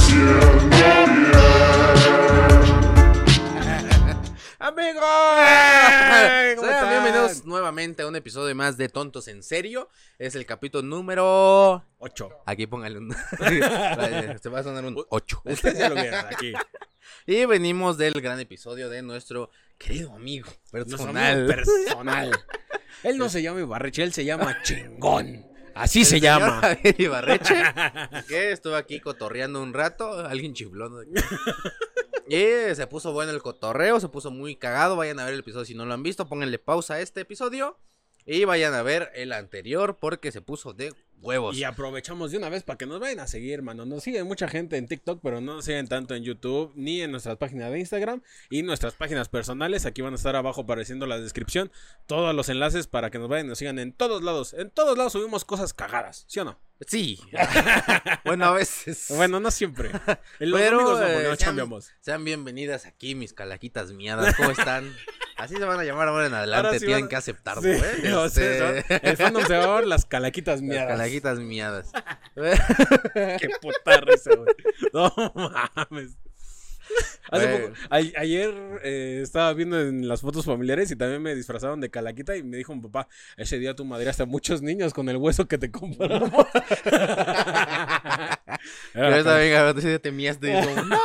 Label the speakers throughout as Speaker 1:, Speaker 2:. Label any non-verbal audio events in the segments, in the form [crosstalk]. Speaker 1: [laughs]
Speaker 2: nuevamente a un episodio más de Tontos en Serio. Es el capítulo número
Speaker 1: 8.
Speaker 2: Aquí póngale un. [laughs] Te va a sonar un 8.
Speaker 1: Ustedes ya lo
Speaker 2: [laughs]
Speaker 1: vieron aquí.
Speaker 2: Y venimos del gran episodio de nuestro querido amigo
Speaker 1: Nuestro
Speaker 2: personal.
Speaker 1: amigo personal. Él no se llama Ibarreche, él se
Speaker 2: [laughs]
Speaker 1: llama Chingón. Así
Speaker 2: El
Speaker 1: se
Speaker 2: señor
Speaker 1: llama.
Speaker 2: Javier Ibarreche, [laughs] que estuvo aquí cotorreando un rato, alguien chiflón. de aquí. [laughs] Y se puso bueno el cotorreo, se puso muy cagado. Vayan a ver el episodio si no lo han visto, pónganle pausa a este episodio y vayan a ver el anterior porque se puso de huevos.
Speaker 1: Y aprovechamos de una vez para que nos vayan a seguir, mano. Nos sigue mucha gente en TikTok, pero no nos siguen tanto en YouTube ni en nuestras páginas de Instagram y nuestras páginas personales. Aquí van a estar abajo apareciendo la descripción todos los enlaces para que nos vayan y nos sigan en todos lados. En todos lados subimos cosas cagadas, ¿sí o no?
Speaker 2: Sí. [laughs] bueno, a veces.
Speaker 1: Bueno, no
Speaker 2: [laughs]
Speaker 1: siempre. En los
Speaker 2: Pero,
Speaker 1: domingos no, porque
Speaker 2: eh,
Speaker 1: no
Speaker 2: sean-
Speaker 1: chambeamos.
Speaker 2: Sean bienvenidas aquí, mis calaquitas miadas. ¿Cómo están? Así se van a llamar ahora en adelante.
Speaker 1: Ahora sí
Speaker 2: Tienen
Speaker 1: van-
Speaker 2: que
Speaker 1: [laughs]
Speaker 2: aceptarlo,
Speaker 1: Sí,
Speaker 2: ¿eh?
Speaker 1: o sea, son-
Speaker 2: Este,
Speaker 1: El fandom se va a llamar las calaquitas
Speaker 2: Las
Speaker 1: [laughs] miadas. [laughs]
Speaker 2: calaquitas miadas.
Speaker 1: Qué puta risa, güey. No mames. Hace
Speaker 2: Güey.
Speaker 1: poco- a- ayer eh, estaba viendo en las fotos familiares y también me disfrazaron de calaquita y me dijo mi papá, ese día tu madre hasta muchos niños con el hueso que te
Speaker 2: [laughs]
Speaker 1: compramos. Era
Speaker 2: Pero
Speaker 1: cala-
Speaker 2: también, cabrón, sí te miaste y como,
Speaker 1: [laughs]
Speaker 2: ¡No!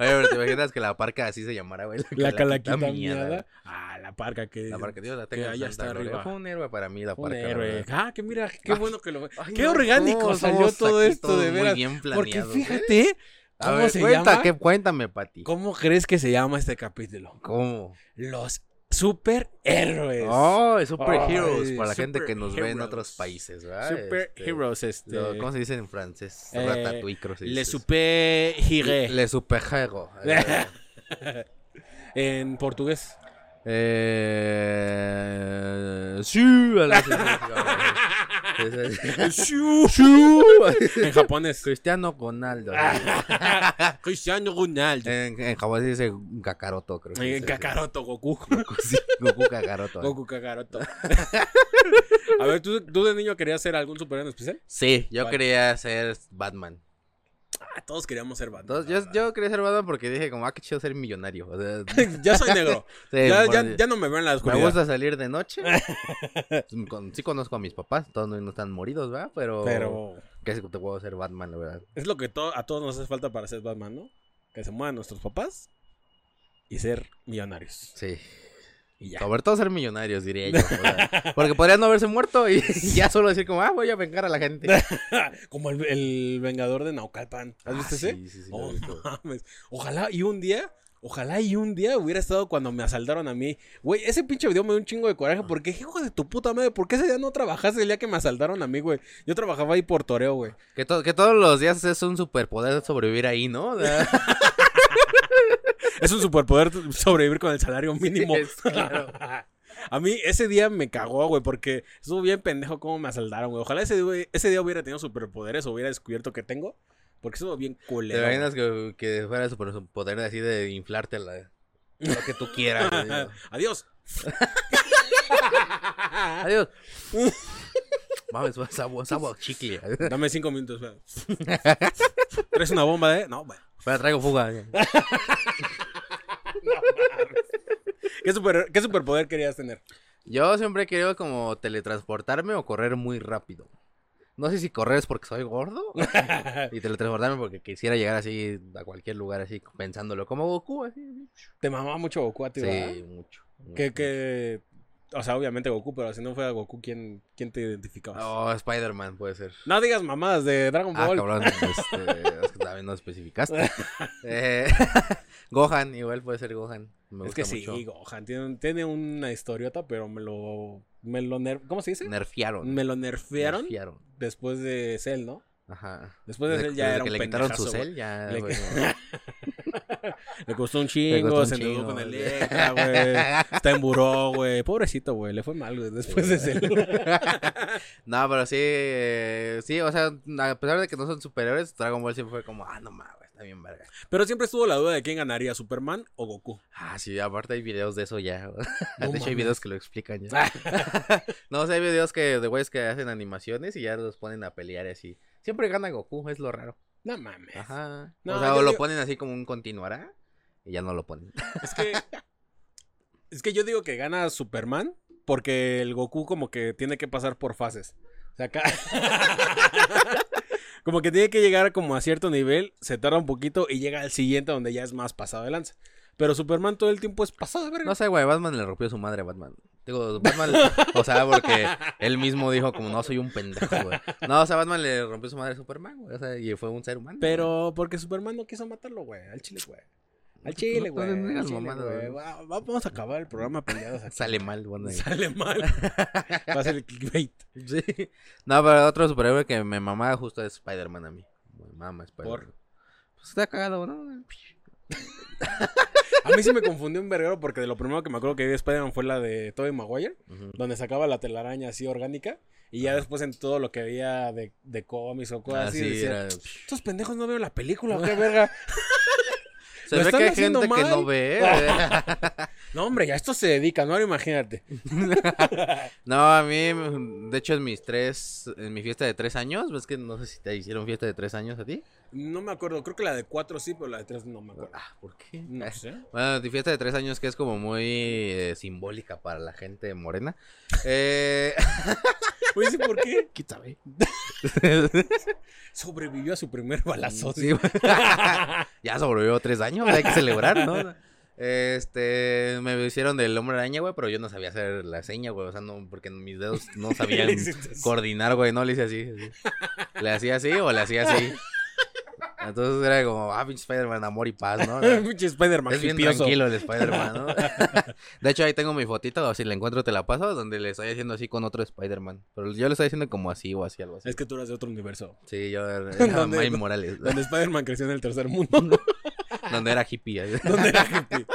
Speaker 2: Oye, pero te imaginas que la parca así se llamara, güey.
Speaker 1: la calaquita miada. Ah, la parca que...
Speaker 2: La parca, Dios, la
Speaker 1: Que
Speaker 2: tenga en
Speaker 1: allá está
Speaker 2: santa gloria.
Speaker 1: arriba.
Speaker 2: Fue un héroe para mí, la
Speaker 1: Un
Speaker 2: parca. la
Speaker 1: héroe.
Speaker 2: verdad.
Speaker 1: Ah, que mira, qué bueno que lo...
Speaker 2: Ay,
Speaker 1: qué
Speaker 2: no,
Speaker 1: orgánico
Speaker 2: somos-
Speaker 1: salió
Speaker 2: somos
Speaker 1: todo
Speaker 2: aquí
Speaker 1: esto, de
Speaker 2: todos
Speaker 1: veras.
Speaker 2: Muy bien
Speaker 1: Porque
Speaker 2: planeado.
Speaker 1: fíjate,
Speaker 2: A
Speaker 1: ¿cómo
Speaker 2: ver,
Speaker 1: se
Speaker 2: cuenta,
Speaker 1: llama?
Speaker 2: que- cuéntame, Pati.
Speaker 1: ¿cómo crees que se llama este capítulo?
Speaker 2: ¿Cómo?
Speaker 1: Los superhéroes.
Speaker 2: Oh, superheroes.
Speaker 1: Ay,
Speaker 2: para la gente que nos ve en
Speaker 1: superheroes.
Speaker 2: otros países, ¿verdad? Este,
Speaker 1: Superheroes, este.
Speaker 2: lo- ¿Cómo se dice en francés?
Speaker 1: Eh,
Speaker 2: Ratatouille, creo que se
Speaker 1: Le
Speaker 2: dice.
Speaker 1: superhiré.
Speaker 2: Le superhero.
Speaker 1: [laughs]
Speaker 2: Eh,
Speaker 1: en
Speaker 2: [laughs]
Speaker 1: portugués.
Speaker 2: Eh... Sí, algo así, sí,
Speaker 1: [laughs]
Speaker 2: sí, sí.
Speaker 1: en japonés.
Speaker 2: [laughs] Cristiano
Speaker 1: [laughs]
Speaker 2: Ronaldo.
Speaker 1: Cristiano Ronaldo.
Speaker 2: En, en japonés se dice Kakaroto, creo. que
Speaker 1: en
Speaker 2: se dice.
Speaker 1: Kakaroto, Goku.
Speaker 2: Goku, [laughs] sí, Goku Kakaroto.
Speaker 1: Eh, Goku Kakaroto. A ver, ¿tú, tú de niño querías ser algún superhéroe en especial?
Speaker 2: Sí, yo
Speaker 1: Vale.
Speaker 2: quería ser Batman.
Speaker 1: Ah, todos queríamos ser Batman.
Speaker 2: Entonces, yo, yo quería ser Batman porque dije, como, ah, qué chido ser millonario. O sea,
Speaker 1: [laughs] ya soy
Speaker 2: [laughs]
Speaker 1: negro.
Speaker 2: sí,
Speaker 1: ya,
Speaker 2: Eh, por-
Speaker 1: ya, ya no me veo en la oscuridad.
Speaker 2: Me gusta salir
Speaker 1: [laughs]
Speaker 2: de noche. Pues, Con- sí conozco a mis papás, todos no no están moridos, ¿verdad? Pero...
Speaker 1: Pero
Speaker 2: Que te puedo ser Batman, la verdad.
Speaker 1: Es lo que to- a todos nos hace falta para ser Batman, ¿no? Que se muevan nuestros papás y ser millonarios.
Speaker 2: Sí.
Speaker 1: Y ya.
Speaker 2: Sobre todo ser millonarios, diría yo. o sea, porque podrían no haberse muerto y ya solo decir como, ah, voy a vengar a la gente.
Speaker 1: [laughs] [laughs] Como el, el vengador de Naucalpan. ¿Has visto
Speaker 2: Ah,
Speaker 1: ese?
Speaker 2: Sí, sí, sí, lo
Speaker 1: Oh,
Speaker 2: he visto.
Speaker 1: mames. Ojalá y un día, ojalá y un día hubiera estado cuando me asaltaron a mí. Güey, ese pinche video me dio un chingo de coraje porque, hijo de tu puta madre, ¿por qué ese día no trabajaste el día que me asaltaron a mí, güey? Yo trabajaba ahí por toreo, güey.
Speaker 2: Que, to- que todos los días es un superpoder sobrevivir ahí, ¿no? O sea,
Speaker 1: Es un superpoder sobrevivir con el salario [laughs] mínimo.
Speaker 2: [laughs] es claro.
Speaker 1: [laughs] A mí ese día me cagó, güey, porque estuvo bien pendejo cómo me asaltaron, güey. Ojalá ese, día- ese día hubiera tenido superpoderes o hubiera descubierto que tengo, porque estuvo bien
Speaker 2: ¿Te
Speaker 1: culero. güey.
Speaker 2: imaginas que, que fuera superpoder así de inflarte la, lo que tú
Speaker 1: [laughs]
Speaker 2: quieras? güey?
Speaker 1: Adiós. [laughs]
Speaker 2: Adiós. Mames, sabo, sabo a chicle.
Speaker 1: Dame cinco minutos,
Speaker 2: [laughs]
Speaker 1: güey. ¿Traes una bomba, eh? No, güey.
Speaker 2: Espera, traigo fuga.
Speaker 1: ¿Qué, super- qué superpoder querías tener?
Speaker 2: Yo siempre he querido como teletransportarme o correr muy rápido. No sé si correr es porque
Speaker 1: [laughs]
Speaker 2: soy gordo y teletransportarme porque quisiera llegar así a cualquier lugar así pensándolo como Goku así. así.
Speaker 1: Te mamaba mucho Goku a ti, ¿verdad?
Speaker 2: Sí, mucho.
Speaker 1: Que, que... O sea, obviamente Goku, pero si no fuera Goku, ¿quién, quién te identificabas?
Speaker 2: Oh, Spider-Man puede ser.
Speaker 1: No digas mamadas de Dragon
Speaker 2: Ah,
Speaker 1: Ball. [laughs]
Speaker 2: cabrón, este, es que también no especificaste. Eh, [laughs] Gohan, igual puede ser Gohan.
Speaker 1: es
Speaker 2: Me gusta
Speaker 1: que sí,
Speaker 2: mucho.
Speaker 1: Gohan tiene, un- tiene una historiota, pero me lo... Me lo ner- ¿Cómo se dice?
Speaker 2: Nerfearon.
Speaker 1: Me lo nerfearon
Speaker 2: Nerfearon.
Speaker 1: después de Cell, ¿no?
Speaker 2: Ajá.
Speaker 1: Después de
Speaker 2: Desde-
Speaker 1: Cell ya
Speaker 2: desde
Speaker 1: era
Speaker 2: que
Speaker 1: un
Speaker 2: le quitaron
Speaker 1: pendejazo,
Speaker 2: su
Speaker 1: güey.
Speaker 2: cel, ya.
Speaker 1: Le-
Speaker 2: güey,
Speaker 1: Le costó un
Speaker 2: Le
Speaker 1: chingo,
Speaker 2: costó un
Speaker 1: se endeudó
Speaker 2: chingo,
Speaker 1: con
Speaker 2: sí.
Speaker 1: Electra, güey. Está en buró, güey. Pobrecito, güey. Le fue mal, güey, después de Cell.
Speaker 2: [laughs] No, pero sí, eh, sí, o sea, a pesar de que no son superiores, Dragon Ball siempre fue como, ah, no mames, está bien verga.
Speaker 1: Pero siempre estuvo la duda de quién ganaría, Superman o Goku.
Speaker 2: Ah, sí, aparte hay videos de eso ya. [laughs] de
Speaker 1: No
Speaker 2: hecho, hay
Speaker 1: mames.
Speaker 2: videos que lo explican ya.
Speaker 1: [laughs]
Speaker 2: [laughs] no, o sea, hay videos que de güeyes que hacen animaciones y ya los ponen a pelear así. Siempre gana Goku, es lo raro.
Speaker 1: No mames.
Speaker 2: Ajá.
Speaker 1: No,
Speaker 2: o sea,
Speaker 1: yo
Speaker 2: o lo
Speaker 1: digo-
Speaker 2: ponen así como un continuará y ya no lo ponen.
Speaker 1: Es que Es que yo digo que gana Superman porque el Goku como que tiene que pasar por fases. O sea, acá... [laughs] como que tiene que llegar como a cierto nivel, se tarda un poquito y llega al siguiente donde ya es más pasado de lanza. Pero Superman todo el tiempo es pasado de verga.
Speaker 2: No sé, güey, Batman le rompió su madre a Batman. Digo, Batman, o sea, porque él mismo dijo como, no, soy un pendejo, güey. No, o sea, Batman le rompió su madre a Superman, güey, o sea, y fue un ser humano.
Speaker 1: Pero porque Superman no quiso matarlo, güey, al chile, güey. Al chile,
Speaker 2: No,
Speaker 1: güey.
Speaker 2: no, no
Speaker 1: al
Speaker 2: digas
Speaker 1: chile,
Speaker 2: mamadas,
Speaker 1: güey.
Speaker 2: güey.
Speaker 1: Va- va- Vamos a acabar el programa peleados
Speaker 2: [laughs] güey.
Speaker 1: aquí.
Speaker 2: sale mal, Batman.
Speaker 1: Sale
Speaker 2: [laughs]
Speaker 1: mal. Va a ser el clickbait.
Speaker 2: Sí. No, pero otro superhéroe que me mamaba justo es Spider-Man a mí. Me mama Spider-Man. Pues está cagado, ¿no?
Speaker 1: A mí sí me confundió un verguero porque de lo primero que me acuerdo que vi de Spider-Man fue la de Tobey Maguire,
Speaker 2: Ujú.
Speaker 1: donde sacaba la telaraña así orgánica. Y ya después en todo lo que había de, de cómics o cosas así,
Speaker 2: Así
Speaker 1: decía,
Speaker 2: Ah, era.
Speaker 1: estos pendejos no veo la película,
Speaker 2: [laughs]
Speaker 1: qué verga.
Speaker 2: Se
Speaker 1: ¿Lo
Speaker 2: ve
Speaker 1: están
Speaker 2: que hay
Speaker 1: haciendo
Speaker 2: gente que
Speaker 1: mal? [laughs]
Speaker 2: no ve.
Speaker 1: No, hombre, ya esto se dedica, no, ahora imagínate.
Speaker 2: no, a mí, de hecho, en mis tres, en mi fiesta de tres años, ves que no sé si te hicieron fiesta de tres años a ti.
Speaker 1: No me acuerdo, creo que la de cuatro sí, pero la de tres no me acuerdo.
Speaker 2: Ah, ¿por qué?
Speaker 1: No sé.
Speaker 2: Bueno, tu fiesta de tres años que es como muy eh, simbólica para la gente morena. Eh,
Speaker 1: Oye, ¿sí por
Speaker 2: [laughs]
Speaker 1: qué?
Speaker 2: ¿Quién sabe?
Speaker 1: [laughs] Sobrevivió a su primer
Speaker 2: [laughs]
Speaker 1: balazo. [laughs]
Speaker 2: Sí, güey. ya sobrevivió tres años, hay que celebrar, ¿no? Este, me hicieron del hombre araña, güey, pero yo no sabía hacer la seña, güey, o sea, no, porque mis dedos no sabían
Speaker 1: Le hiciste así.
Speaker 2: coordinar, güey, no le hice así, así. Le hacía así o le hacía así. Entonces era como, ah, pinche Spider-Man, amor y paz, ¿no?
Speaker 1: Pinche Spider-Man.
Speaker 2: Es bien
Speaker 1: hipioso.
Speaker 2: tranquilo el Spider-Man, ¿no? [laughs] De hecho, ahí tengo mi fotito, si la encuentro te la paso, donde le estoy haciendo así con otro Spider-Man. Pero yo le estoy haciendo como así o así, algo así.
Speaker 1: Es que tú eras de otro universo.
Speaker 2: Sí, yo era [laughs] era
Speaker 1: ¿Dónde-
Speaker 2: Miles Morales,
Speaker 1: Donde Spider-Man creció en el tercer mundo.
Speaker 2: donde era hippie. [laughs] así.
Speaker 1: [laughs] donde era hippie.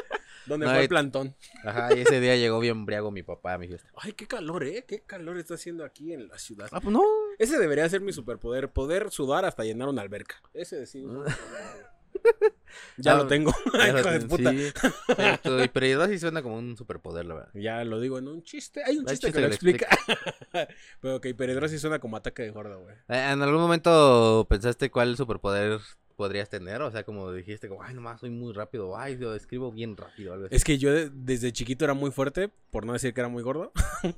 Speaker 1: Donde
Speaker 2: No,
Speaker 1: fue
Speaker 2: y-
Speaker 1: el plantón.
Speaker 2: Ajá, y ese día llegó bien briago mi papá a mi fiesta.
Speaker 1: Ay, qué calor, ¿eh? Qué calor está haciendo aquí en la ciudad.
Speaker 2: Ah, pues no.
Speaker 1: Ese debería ser mi superpoder. Poder sudar hasta llenar una alberca. Ese sí. ya
Speaker 2: Ah,
Speaker 1: lo tengo. [laughs] Hijo de puta.
Speaker 2: Sí, sí, tu hiperiodosis suena como un superpoder, la verdad.
Speaker 1: Ya lo digo en un chiste. Hay un
Speaker 2: Hay
Speaker 1: chiste,
Speaker 2: chiste
Speaker 1: que lo
Speaker 2: que lo
Speaker 1: explica. [laughs] Pero que hiperedrosis suena como ataque de gordo, güey.
Speaker 2: Eh, ¿En algún momento pensaste cuál superpoder podrías tener? O sea, como dijiste, como, ay, nomás soy muy rápido, ay, yo escribo bien rápido, algo así.
Speaker 1: Es que yo de- desde chiquito era muy fuerte, por no decir que era muy gordo. [laughs]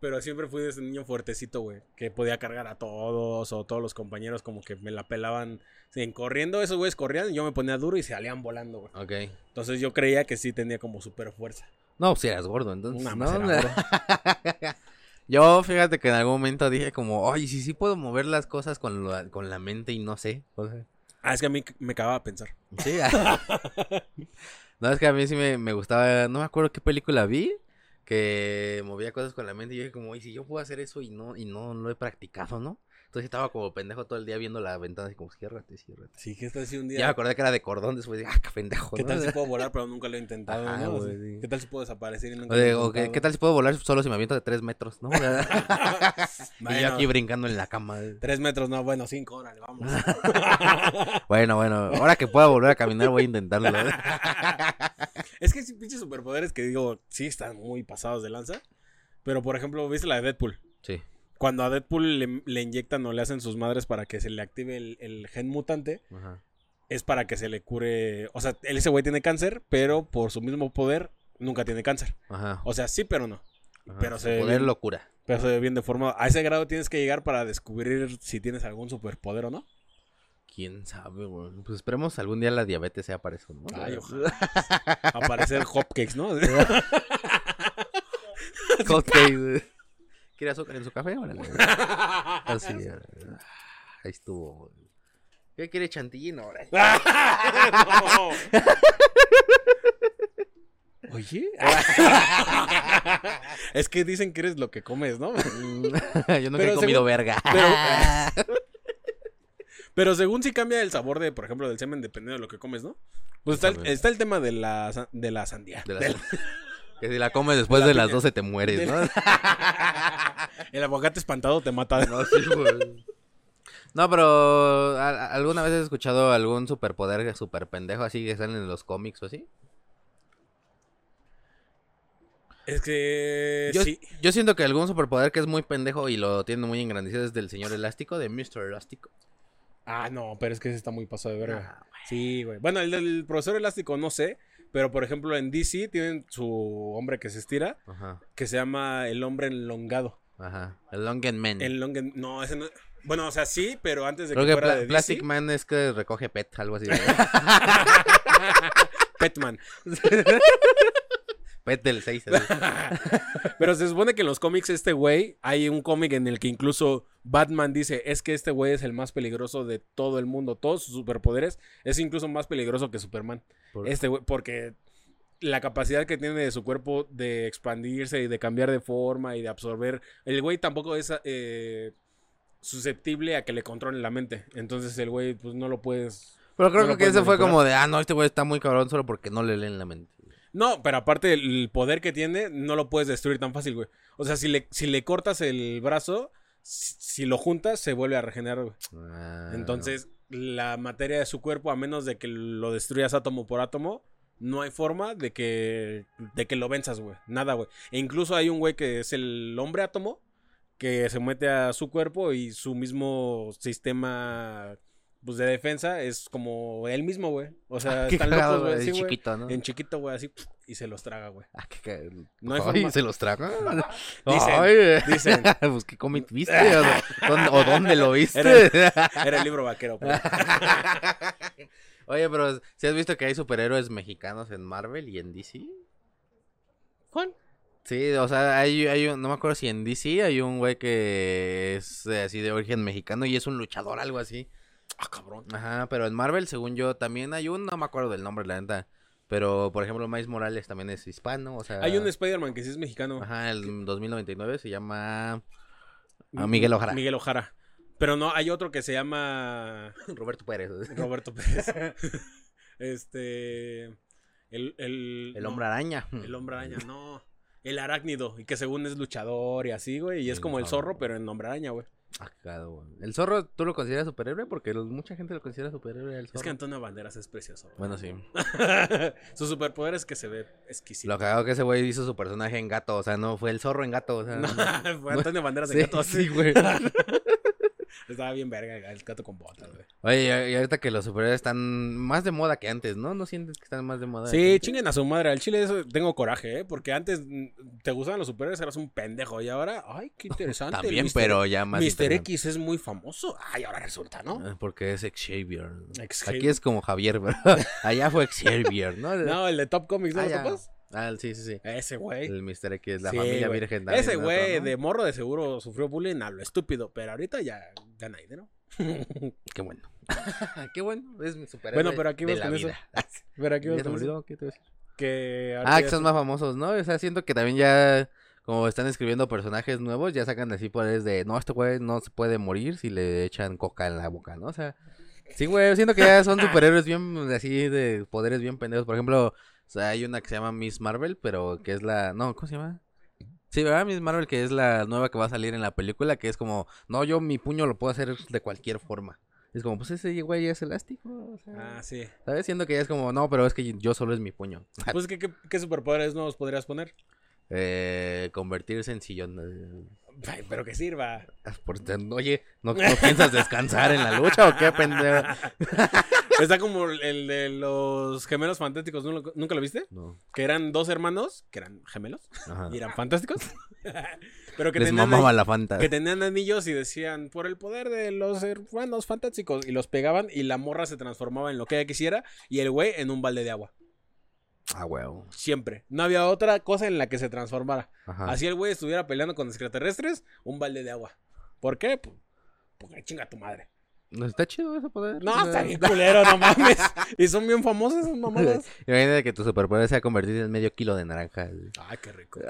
Speaker 1: Pero siempre fui de ese niño fuertecito, güey. Que podía cargar a todos o todos los compañeros como que me la pelaban. Sí, corriendo, esos güeyes corrían y yo me ponía duro y salían volando, güey.
Speaker 2: Ok.
Speaker 1: Entonces yo creía que sí tenía como super fuerza.
Speaker 2: No, si eras gordo, entonces.
Speaker 1: Nada
Speaker 2: Pues no,
Speaker 1: más era gordo.
Speaker 2: Yo, fíjate que en algún momento dije como, oye, sí, sí puedo mover las cosas con la, con la mente y no sé. O sea,
Speaker 1: Ah, es que a mí me acababa de pensar.
Speaker 2: Sí. [laughs] no, es que a mí sí me, me gustaba, no me acuerdo qué película vi, que movía cosas con la mente y yo dije como, y si yo puedo hacer eso y no, y no lo he practicado, ¿no? Entonces estaba como pendejo todo el día viendo la ventana así como, ciérrate, ciérrate.
Speaker 1: Sí, que tal si un
Speaker 2: Ya,
Speaker 1: día.
Speaker 2: me acordé que era de cordón, después dije, ah, qué pendejo,
Speaker 1: ¿Qué
Speaker 2: ¿no?
Speaker 1: tal si puedo volar, pero nunca lo he intentado?
Speaker 2: Ajá,
Speaker 1: ¿no?
Speaker 2: güey, sí.
Speaker 1: ¿Qué tal si puedo desaparecer y nunca [laughs]
Speaker 2: O
Speaker 1: lo he
Speaker 2: de- o que-
Speaker 1: intentado?
Speaker 2: ¿qué tal si puedo volar solo si me aviento de tres metros, no? [laughs] y yo
Speaker 1: Bueno,
Speaker 2: aquí brincando en la cama.
Speaker 1: Tres metros, no, bueno, cinco, órale, vamos.
Speaker 2: Bueno, bueno, ahora que pueda volver a caminar voy a intentarlo.
Speaker 1: [laughs] Es que sí, pinches superpoderes que digo, sí están muy pasados de lanza. Pero por ejemplo, ¿viste la de Deadpool?
Speaker 2: Sí.
Speaker 1: Cuando a Deadpool le, le inyectan o le hacen sus madres para que se le active el, el gen mutante,
Speaker 2: Ajá.
Speaker 1: es para que se le cure. O sea, él- ese güey tiene cáncer, pero por su mismo poder nunca tiene cáncer.
Speaker 2: Ajá.
Speaker 1: O sea, sí, pero no.
Speaker 2: ajá.
Speaker 1: pero se ve
Speaker 2: Poder
Speaker 1: bien.
Speaker 2: locura.
Speaker 1: Pero se ve bien deformado. A ese grado tienes que llegar para descubrir si tienes algún superpoder o no.
Speaker 2: ¿Quién sabe, güey? Pues esperemos algún día la diabetes sea para eso, ¿no?
Speaker 1: Ay,
Speaker 2: [laughs]
Speaker 1: ojalá. Aparecer hopcakes, [laughs] ¿no?
Speaker 2: Hot cakes, güey. ¿Quiere azúcar en su café? Órale, Ah, güey. Así, órale. Ahí estuvo, güey. ¿Qué quiere chantilly? No, órale. [laughs]
Speaker 1: [laughs] Oye. es que dicen que eres lo que comes, ¿no? [laughs]
Speaker 2: Yo nunca he
Speaker 1: Pero según-
Speaker 2: comido verga.
Speaker 1: pero- Pero según si cambia el sabor de, por ejemplo, del semen dependiendo de lo que comes, ¿no? Pues está el,
Speaker 2: Sabe.
Speaker 1: está el tema de la, sa- de la sandía.
Speaker 2: [laughs] De la-
Speaker 1: Del-
Speaker 2: Que si la comes después
Speaker 1: eh, de la
Speaker 2: de las
Speaker 1: piña.
Speaker 2: 12 te mueres,
Speaker 1: de
Speaker 2: ¿no?
Speaker 1: la- [laughs] el aguacate espantado te mata.
Speaker 2: [laughs] No, sí, güey. No, pero ¿a- a- ¿alguna vez has escuchado algún superpoder super pendejo así que salen en los cómics o así?
Speaker 1: Es que.
Speaker 2: Yo,
Speaker 1: sí.
Speaker 2: yo siento que algún superpoder que es muy pendejo y lo tiene muy engrandecido es del señor elástico, de Mr. Elástico.
Speaker 1: Ah, no, pero es que ese está muy pasado de verga.
Speaker 2: Ah,
Speaker 1: Sí, güey. Bueno, el del profesor elástico no sé, Pero por ejemplo, en DC tienen su hombre que se estira,
Speaker 2: Ajá,
Speaker 1: que se llama el hombre enlongado.
Speaker 2: ajá. El Longen Man.
Speaker 1: El long en- No, ese no. Bueno, o sea, sí, pero antes de
Speaker 2: Creo
Speaker 1: que
Speaker 2: que
Speaker 1: fuera
Speaker 2: Pla-
Speaker 1: de
Speaker 2: Plastic
Speaker 1: DC,
Speaker 2: Man es que recoge pet, algo así. [laughs]
Speaker 1: Petman. [laughs]
Speaker 2: pet del 6. [laughs]
Speaker 1: Pero se supone que en los cómics este güey, hay un cómic en el que incluso Batman dice, es que este güey es el más peligroso de todo el mundo. Todos sus superpoderes es incluso más peligroso que Superman. Este güey, porque la capacidad que tiene de su cuerpo de expandirse y de cambiar de forma y de absorber, el güey tampoco es eh, susceptible a que le controle la mente. Entonces el güey, pues no lo puedes...
Speaker 2: Pero creo
Speaker 1: no lo
Speaker 2: que
Speaker 1: puedes
Speaker 2: ese fue
Speaker 1: manipular.
Speaker 2: como de, ah, no, este güey está muy cabrón solo porque no le leen la mente.
Speaker 1: No, pero aparte el poder que tiene, no lo puedes destruir tan fácil, güey. O sea, si le, si le cortas el brazo, si, si lo juntas, se vuelve a regenerar, güey.
Speaker 2: Ah.
Speaker 1: Entonces, la materia de su cuerpo, a menos de que lo destruyas átomo por átomo, no hay forma de que, de que lo venzas, güey. Nada, güey. E incluso hay un güey que es el hombre átomo, que se mete a su cuerpo y su mismo sistema pues, de defensa es como él mismo, güey. O sea,
Speaker 2: [laughs] Ah, Qué
Speaker 1: están
Speaker 2: cagado,
Speaker 1: locos, güey.
Speaker 2: güey,
Speaker 1: sí,
Speaker 2: es
Speaker 1: güey.
Speaker 2: chiquito, ¿no?
Speaker 1: En chiquito, güey, así, pf, y se los traga, güey.
Speaker 2: Ah, qué cagado.
Speaker 1: No hay
Speaker 2: Ay,
Speaker 1: forma.
Speaker 2: se los traga.
Speaker 1: Dicen,
Speaker 2: Ay, güey.
Speaker 1: Dicen,
Speaker 2: [laughs] pues qué cómic viste o, dónde- o dónde lo viste. [laughs]
Speaker 1: era el libro vaquero. pero-
Speaker 2: Ah. [laughs] Oye, pero si has visto que hay superhéroes mexicanos en Marvel y en DC.
Speaker 1: ¿Cuál?
Speaker 2: Sí, o sea, hay, hay un, no me acuerdo si en DC hay un güey que es eh, así de origen mexicano y es un luchador, algo así.
Speaker 1: Ah, cabrón.
Speaker 2: Ajá, pero en Marvel, según yo, también hay un, no me acuerdo del nombre, la neta. Pero, por ejemplo, Miles Morales también es hispano, o sea.
Speaker 1: Hay un Spider-Man que sí es mexicano.
Speaker 2: Ajá, el 2099 se llama [laughs] Ah, Miguel Ojara.
Speaker 1: Miguel Ojara. Pero no, hay otro que se llama [laughs]
Speaker 2: Roberto Pérez.
Speaker 1: Roberto
Speaker 2: [laughs]
Speaker 1: Pérez. este. El, el,
Speaker 2: El
Speaker 1: no,
Speaker 2: hombre araña.
Speaker 1: El hombre araña, no. El arácnido, y que según es luchador y así, güey. Y es
Speaker 2: El
Speaker 1: como el
Speaker 2: zorro.
Speaker 1: zorro, pero en hombre araña, güey.
Speaker 2: Ah, cagado, güey. El zorro, ¿tú lo consideras superhéroe? Porque los- mucha gente lo considera superhéroe el zorro.
Speaker 1: Es que Antonio Banderas es precioso. güey.
Speaker 2: Bueno, sí.
Speaker 1: [laughs] Su superpoder es que se ve
Speaker 2: Lo
Speaker 1: exquisito.
Speaker 2: cagado que ese güey hizo su personaje en gato. O sea, no fue el zorro en
Speaker 1: [laughs]
Speaker 2: gato. O sea,
Speaker 1: No, fue Antonio Banderas de
Speaker 2: sí,
Speaker 1: gato así.
Speaker 2: sí,
Speaker 1: [laughs]
Speaker 2: güey.
Speaker 1: Estaba bien verga el gato con botas, güey.
Speaker 2: Oye, y- y ahorita que los superhéroes están más de moda que antes, ¿no? ¿No sientes que están más de moda? que
Speaker 1: Sí,
Speaker 2: antes?
Speaker 1: chinguen a su madre. Al chile eso tengo coraje, ¿eh? Porque antes mm, te gustaban los superhéroes, eras un pendejo. Y ahora, ay, qué interesante. el
Speaker 2: También,
Speaker 1: Mr.
Speaker 2: pero ya más.
Speaker 1: Mr.
Speaker 2: interesante.
Speaker 1: X es muy famoso. Ay, ahora resulta, ¿no?
Speaker 2: Ah, Porque es Xavier.
Speaker 1: Exhale.
Speaker 2: Aquí es como Javier,
Speaker 1: [laughs]
Speaker 2: ¿verdad? Allá fue Xavier, ¿no?
Speaker 1: No, el de Top Comics, ¿no
Speaker 2: Ah,
Speaker 1: lo
Speaker 2: ya.
Speaker 1: topas?
Speaker 2: Ah, sí, sí, sí.
Speaker 1: Ese güey.
Speaker 2: El Mr. X, la
Speaker 1: Sí,
Speaker 2: familia
Speaker 1: güey.
Speaker 2: virgen. también,
Speaker 1: Ese
Speaker 2: ¿no?
Speaker 1: güey
Speaker 2: ¿no?
Speaker 1: de morro de seguro sufrió bullying a lo estúpido, pero ahorita ya, ya nadie, ¿no? [laughs]
Speaker 2: Qué bueno. Ah, Qué bueno. Es mi superhéroe.
Speaker 1: Bueno, pero aquí
Speaker 2: de
Speaker 1: vas
Speaker 2: la
Speaker 1: con eso.
Speaker 2: vida.
Speaker 1: Pero [laughs] aquí
Speaker 2: ¿Ya
Speaker 1: vas
Speaker 2: se me
Speaker 1: con eso,
Speaker 2: olvidó? ¿Qué te iba a decir?
Speaker 1: que ahorita
Speaker 2: Ah,
Speaker 1: ya
Speaker 2: que son
Speaker 1: es-
Speaker 2: más famosos, ¿no? O sea, siento que también ya, como están escribiendo personajes nuevos, ya sacan así poderes de, no, este güey no se puede morir si le echan coca en la boca, ¿no? O sea, sí, güey, siento que ya son superhéroes bien, así, de poderes bien pendejos. Por ejemplo, o sea, hay una que se llama Miss Marvel, pero que es la, no, ¿cómo se llama? Sí, ¿verdad? Miss Marvel, que es la nueva que va a salir en la película, que es como, no, yo mi puño lo puedo hacer de cualquier forma. Es como, pues ese güey es elástico, o sea,
Speaker 1: Ah, sí.
Speaker 2: ¿sabes? Siento que ya es como, no, pero es que yo solo es mi puño.
Speaker 1: Pues, ¿qué, qué, qué superpoderes nuevos podrías poner? [laughs]
Speaker 2: Eh, convertirse en sillón.
Speaker 1: Ay, pero que sirva.
Speaker 2: eh, [laughs] por- oye, ¿no, no piensas descansar en la lucha o qué, pendejo?
Speaker 1: Está como el de los gemelos fantásticos, ¿no lo- ¿nunca lo viste?
Speaker 2: No,
Speaker 1: Que eran dos hermanos, que eran gemelos,
Speaker 2: ajá.
Speaker 1: y eran fantásticos. [laughs] Pero que
Speaker 2: Les
Speaker 1: tenían,
Speaker 2: mamaba
Speaker 1: ani-
Speaker 2: la fanta.
Speaker 1: que tenían anillos y decían, por el poder de los hermanos fantásticos. Y los pegaban y la morra se transformaba en lo que ella quisiera y el güey en un balde de agua.
Speaker 2: Ah, huevo.
Speaker 1: Siempre. No había otra cosa en la que se transformara.
Speaker 2: Ajá.
Speaker 1: Así el güey estuviera peleando con extraterrestres, un balde de agua. ¿Por qué? Pu- Porque chinga tu madre.
Speaker 2: No, Está chido ese poder. o
Speaker 1: No,
Speaker 2: sea,
Speaker 1: está
Speaker 2: [laughs]
Speaker 1: bien culero, no mames. Y son bien famosas esas mamadas.
Speaker 2: Imagínate que tu superpoder sea convertirse en medio kilo
Speaker 1: [laughs]
Speaker 2: de naranja.
Speaker 1: Ay, qué rico.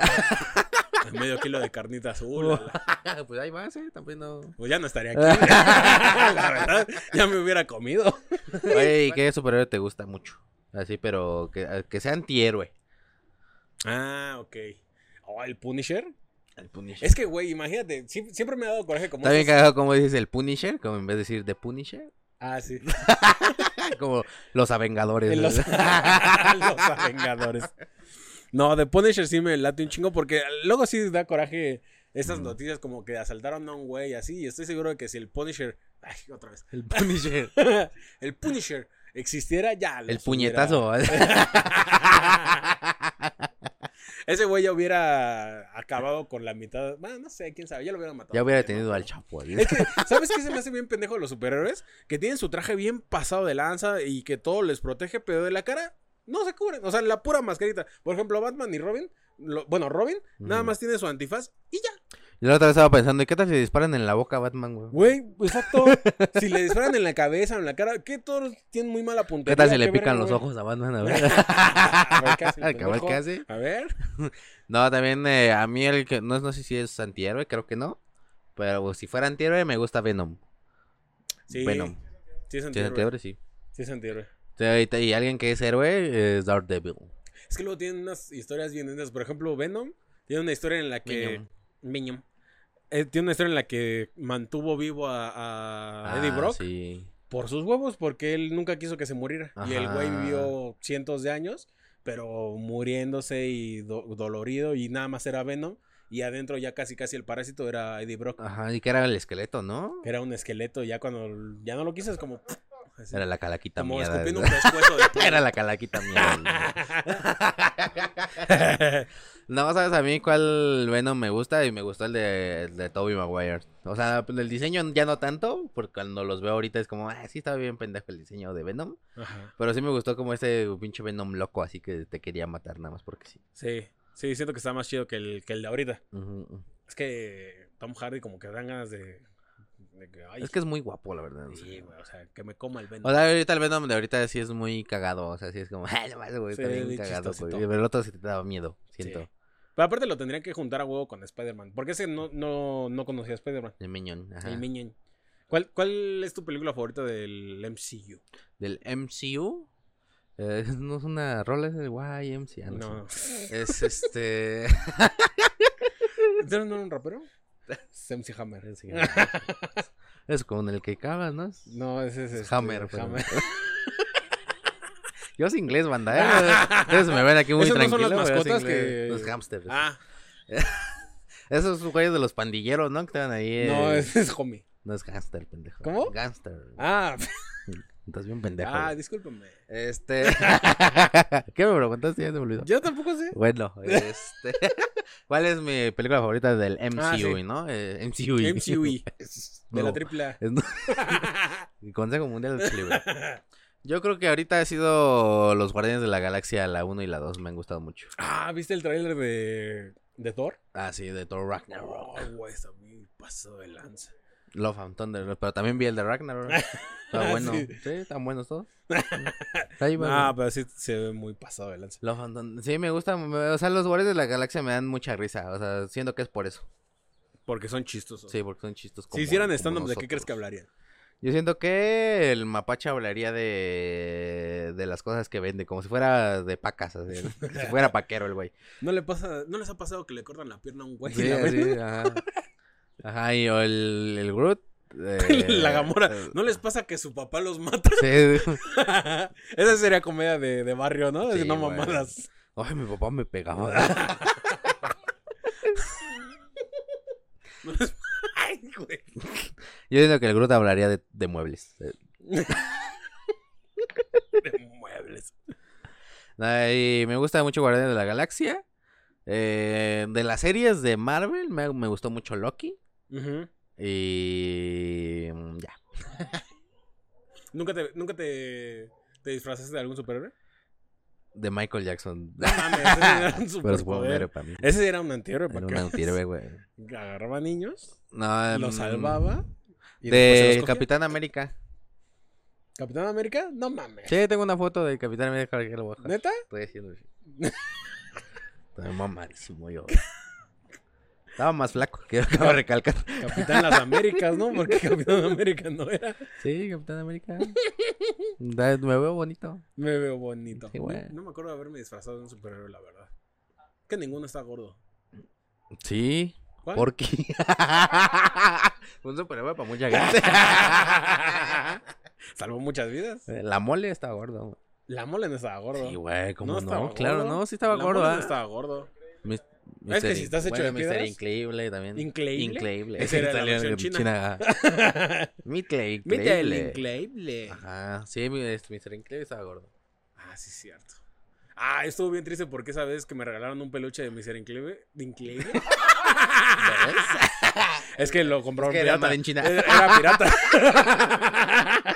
Speaker 1: medio kilo de carnita azul. ala.
Speaker 2: pues ahí vas, eh, también no.
Speaker 1: Pues ya no estaría aquí. [laughs] la verdad, ya me hubiera comido.
Speaker 2: Oye,
Speaker 1: [laughs]
Speaker 2: ¿y qué superhéroe te gusta mucho? Así, pero que, que sea antihéroe.
Speaker 1: Ah, ok. Oh, el Punisher.
Speaker 2: El Punisher.
Speaker 1: Es que, güey, imagínate, sie- siempre me ha dado coraje como.
Speaker 2: Está bien
Speaker 1: estos-
Speaker 2: cagado como dices el Punisher, como en vez de decir The Punisher, [laughs]
Speaker 1: Ah, sí.
Speaker 2: como los Avengadores.
Speaker 1: En [laughs] los, los Avengadores. No, de Punisher sí me late un chingo porque luego sí da coraje estas
Speaker 2: Mm.
Speaker 1: noticias como que asaltaron a un güey así. Y estoy seguro de que si el Punisher. Ay, otra vez. [laughs]
Speaker 2: El Punisher.
Speaker 1: el Punisher existiera ya. los
Speaker 2: El
Speaker 1: hubiera-
Speaker 2: puñetazo.
Speaker 1: [laughs] Ese güey ya hubiera acabado con la mitad. Bueno, no sé, quién sabe, ya lo hubieran matado.
Speaker 2: ya hubiera detenido al chapo. ¿eh?
Speaker 1: Es que, ¿sabes qué se me hace bien pendejo de los superhéroes? Que tienen su traje bien pasado de lanza y que todo les protege, pero de la cara no se cubren. O sea, la pura mascarita. Por ejemplo, Batman y Robin. lo- bueno, Robin nada
Speaker 2: Ujú.
Speaker 1: más tiene su antifaz y ya.
Speaker 2: Yo la otra vez estaba pensando, ¿y qué tal si le disparan en la boca a Batman, güey?
Speaker 1: Güey, exacto. si le disparan en la cabeza, en la cara, que todos tienen muy mala puntería.
Speaker 2: ¿Qué tal si le
Speaker 1: verga,
Speaker 2: pican los
Speaker 1: güey?
Speaker 2: ojos a
Speaker 1: [laughs]
Speaker 2: Batman? A ver.
Speaker 1: A ver, ¿qué hace el
Speaker 2: Cabal,
Speaker 1: pendejo?
Speaker 2: [laughs] ¿qué hace?
Speaker 1: A ver.
Speaker 2: No, también eh, a mí el que no, no sé si es antihéroe, creo que no. Pero si fuera antihéroe, me gusta Venom.
Speaker 1: Sí.
Speaker 2: Venom.
Speaker 1: Sí es
Speaker 2: Si es
Speaker 1: antihéroe.
Speaker 2: antihéroe, sí.
Speaker 1: Sí es antihéroe.
Speaker 2: O sea, ahorita- Y alguien que es héroe es Daredevil.
Speaker 1: Es que luego tienen unas historias bien lindas. Por ejemplo, Venom tiene una historia en la que.
Speaker 2: Minion.
Speaker 1: Minion. Eh, tiene una historia en la que mantuvo vivo a, a Eddie
Speaker 2: Ah,
Speaker 1: Brock
Speaker 2: Sí.
Speaker 1: por sus huevos, porque él nunca quiso que se muriera. Y el güey
Speaker 2: Ajá.
Speaker 1: vivió cientos de años, pero muriéndose y do- dolorido, y nada más era Venom. Y adentro ya casi casi el parásito era Eddie Brock.
Speaker 2: Ajá, y que era el esqueleto, ¿no?
Speaker 1: que Era un esqueleto, ya cuando ya no lo quiso, es como. así,
Speaker 2: Era la calaquita
Speaker 1: como
Speaker 2: mierda.
Speaker 1: escupiendo un
Speaker 2: ¿verdad?
Speaker 1: pescuezo de
Speaker 2: [laughs] Era la calaquita mierda. [laughs] No, sabes a mí cuál Venom me gusta y me gustó el de, el de Tobey Maguire. O sea, el diseño ya no tanto, porque cuando los veo ahorita es como, ah, sí está bien pendejo el diseño de Venom.
Speaker 1: Ajá.
Speaker 2: Pero sí me gustó como ese pinche Venom loco, así que te quería matar nada más porque sí.
Speaker 1: Sí, sí, siento que está más chido que el, que el de ahorita.
Speaker 2: Ujú, ujú.
Speaker 1: Es que Tom Hardy como que dan ganas de... de que, ay,
Speaker 2: Es que es muy guapo, la verdad. o sea.
Speaker 1: sí, güey, o sea, que me coma el
Speaker 2: O
Speaker 1: Venom.
Speaker 2: sea, ahorita el Venom de ahorita sí es muy cagado. O sea, sí es como, [laughs] ay, no mames, güey,
Speaker 1: Sí,
Speaker 2: está bien
Speaker 1: bien
Speaker 2: cagado, güey.
Speaker 1: chistosito.
Speaker 2: Pero el otro sí te daba miedo,
Speaker 1: Sí.
Speaker 2: siento.
Speaker 1: Pero aparte lo tendrían que juntar a huevo con Spider-Man, porque ese no, no, no conocía a Spider-Man,
Speaker 2: El Minion, ajá.
Speaker 1: el Minion. ¿Cuál, ¿Cuál es tu película favorita del MCU?
Speaker 2: Del MCU. eh, [laughs] no es una rola, es el YMCA. ah, No. sé.
Speaker 1: No.
Speaker 2: Es este.
Speaker 1: ¿Este no era un rapero? Es MC Hammer. [laughs]
Speaker 2: es con el que cabas, ¿no? Es-
Speaker 1: No, ese es...
Speaker 2: es
Speaker 1: este,
Speaker 2: Hammer, pero-
Speaker 1: Hammer.
Speaker 2: Yo soy inglés, banda, ¿eh? Ustedes me ven aquí muy
Speaker 1: Esos no son
Speaker 2: tranquilo.
Speaker 1: las
Speaker 2: pero yo soy
Speaker 1: mascotas
Speaker 2: inglés.
Speaker 1: que-
Speaker 2: Los hamsters. [laughs]
Speaker 1: Ah,
Speaker 2: Esos güeyes de los pandilleros, ¿no? Que estaban ahí. eh,
Speaker 1: no, ese es Homie.
Speaker 2: No es gangster, pendejo.
Speaker 1: ¿Cómo?
Speaker 2: Gangster.
Speaker 1: Ah,
Speaker 2: Estás bien pendejo.
Speaker 1: ah
Speaker 2: güey.
Speaker 1: discúlpame. [laughs]
Speaker 2: Este. ¿Qué me preguntaste? Ya se me olvidó.
Speaker 1: Yo tampoco sé.
Speaker 2: Bueno, este. [laughs] ¿Cuál es mi película favorita del MCU,
Speaker 1: Ah, sí.
Speaker 2: no? Eh, MCU.
Speaker 1: MCU. De
Speaker 2: No.
Speaker 1: la tripla.
Speaker 2: Es- [laughs] El Consejo Mundial del Equilibrio. Yo creo que ahorita ha sido los Guardianes de la Galaxia, la 1 y la 2, me han gustado mucho.
Speaker 1: [laughs] Ah, ¿viste el tráiler de, de Thor?
Speaker 2: Ah, sí, de Thor Ragnarok.
Speaker 1: No, güey, está muy pasado de lanza.
Speaker 2: Love and Thunder, pero también vi el de Ragnarok.
Speaker 1: [laughs]
Speaker 2: Está bueno.
Speaker 1: Ah, Sí.
Speaker 2: Sí, están
Speaker 1: [laughs]
Speaker 2: buenos todos. Está ahí, bueno.
Speaker 1: Ah, pero sí se ve muy pasado de lanza.
Speaker 2: Love and Thunder. Sí, me gusta. me- O sea, los Guardianes de la Galaxia me dan mucha risa. O sea, siento que es por eso.
Speaker 1: Porque son chistosos.
Speaker 2: Sí, porque son chistos.
Speaker 1: si
Speaker 2: como-
Speaker 1: hicieran
Speaker 2: como
Speaker 1: stand-up, ¿de qué crees que
Speaker 2: nosotros.
Speaker 1: hablarían?
Speaker 2: Yo siento que el mapache hablaría de, de las cosas que vende, como si fuera de pacas, así, como si fuera paquero el güey.
Speaker 1: ¿No, le pasa, ¿No les ha pasado que le cortan la pierna a un güey? y [laughs]
Speaker 2: Sí,
Speaker 1: la,
Speaker 2: así,
Speaker 1: ven?
Speaker 2: ajá. Ajá, y o el, el
Speaker 1: [laughs]
Speaker 2: Groot. eh,
Speaker 1: La gamora.
Speaker 2: eh,
Speaker 1: ¿No les pasa que su papá los mata? [laughs]
Speaker 2: sí.
Speaker 1: Esa sería comedia de, de barrio, ¿no? De
Speaker 2: Sí,
Speaker 1: no
Speaker 2: güey.
Speaker 1: mamadas. [laughs]
Speaker 2: Ay, mi papá me pegaba.
Speaker 1: No les- Ay, güey.
Speaker 2: Yo siento que el Groot hablaría de, de muebles. Eh,
Speaker 1: De muebles.
Speaker 2: ay, me gusta mucho Guardianes de la Galaxia. Eh, de las series de Marvel, me, me gustó mucho Loki.
Speaker 1: Ujú.
Speaker 2: Y. mm, Ya.
Speaker 1: ¿Nunca, te, nunca te, te disfrazaste de algún
Speaker 2: [laughs]
Speaker 1: superhéroe?
Speaker 2: De Michael Jackson. [laughs] Eh,
Speaker 1: Mames, ese era un
Speaker 2: Pero es un
Speaker 1: superpoder.
Speaker 2: héroe para mí.
Speaker 1: Ese era un antihéroe,
Speaker 2: Era
Speaker 1: ¿para
Speaker 2: un
Speaker 1: qué?
Speaker 2: [laughs] antihéroe, güey.
Speaker 1: Agarraba niños,
Speaker 2: No,
Speaker 1: los
Speaker 2: mm,
Speaker 1: salvaba. y después se los
Speaker 2: De
Speaker 1: cogía.
Speaker 2: Capitán América.
Speaker 1: Capitán América? No mames.
Speaker 2: Sí, tengo una foto de Capitán América que lo voy a dejar.
Speaker 1: ¿Neta?
Speaker 2: Estoy
Speaker 1: [laughs]
Speaker 2: haciendo así. Estaba mamadísimo yo. Estaba más flaco, quiero
Speaker 1: [laughs]
Speaker 2: acabo de recalcar.
Speaker 1: Capitán Las Américas, ¿no? Porque Capitán América no era.
Speaker 2: Sí, Capitán [laughs] América. Da- Me veo bonito.
Speaker 1: Me veo bonito.
Speaker 2: Sí,
Speaker 1: No-
Speaker 2: güey.
Speaker 1: no, me acuerdo de haberme disfrazado de un superhéroe, la verdad. Que ninguno está gordo.
Speaker 2: Sí,
Speaker 1: ¿Cuál?
Speaker 2: porque. [laughs] Un superhéroe para mucha gente.
Speaker 1: Salvó muchas vidas.
Speaker 2: La mole estaba gordo.
Speaker 1: La mole no estaba gordo.
Speaker 2: Eh. Sí, güey, ¿cómo no?
Speaker 1: estaba
Speaker 2: Claro,
Speaker 1: gordo.
Speaker 2: no, sí estaba
Speaker 1: La
Speaker 2: gordo.
Speaker 1: mole no
Speaker 2: ¿ah?
Speaker 1: estaba gordo.
Speaker 2: Mis-
Speaker 1: Es que si estás hecho de piedras.
Speaker 2: increíble también.
Speaker 1: ¿Increíble?
Speaker 2: Increíble.
Speaker 1: Esa
Speaker 2: Es
Speaker 1: era la
Speaker 2: italiano,
Speaker 1: versión
Speaker 2: china.
Speaker 1: [laughs]
Speaker 2: Mitle,
Speaker 1: Mítele,
Speaker 2: increíble.
Speaker 1: increíble.
Speaker 2: Ajá, sí, mi- este, Mr. Increíble estaba gordo.
Speaker 1: Ah, sí, cierto. Ah, estuvo bien triste porque esa vez que me regalaron un peluche de Mr. Increíble. ¿De Increíble? es que lo compró
Speaker 2: Es que era
Speaker 1: pirata.
Speaker 2: made in China.
Speaker 1: Eh, Era pirata.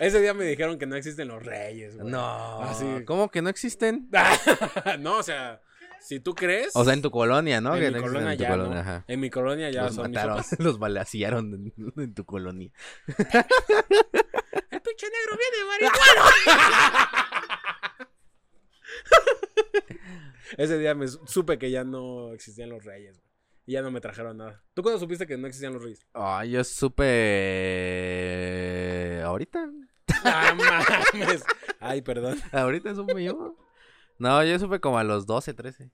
Speaker 1: Ese día me dijeron que no existen los reyes, güey.
Speaker 2: No.
Speaker 1: Ah, sí.
Speaker 2: ¿Cómo que no existen?
Speaker 1: [laughs] no, o sea, si tú crees.
Speaker 2: O sea, en tu colonia, ¿no?
Speaker 1: en
Speaker 2: Que
Speaker 1: mi
Speaker 2: no existen
Speaker 1: colonia
Speaker 2: en tu
Speaker 1: ya.
Speaker 2: colonia,
Speaker 1: ¿no?
Speaker 2: ajá.
Speaker 1: En mi colonia ya
Speaker 2: los
Speaker 1: son mis
Speaker 2: mataron,
Speaker 1: sopas.
Speaker 2: [laughs] los balasearon en, en tu colonia.
Speaker 1: El pinche negro [laughs] viene marihuana. Ese día me su- supe que ya no existían los reyes, güey. Y ya no me trajeron nada. ¿Tú cuándo supiste que no existían los [laughs] reyes?
Speaker 2: Ah, yo supe. Ahorita.
Speaker 1: ¡Ah, mames! Ay, perdón.
Speaker 2: Ahorita supe yo. No, yo supe como a los 12, 13.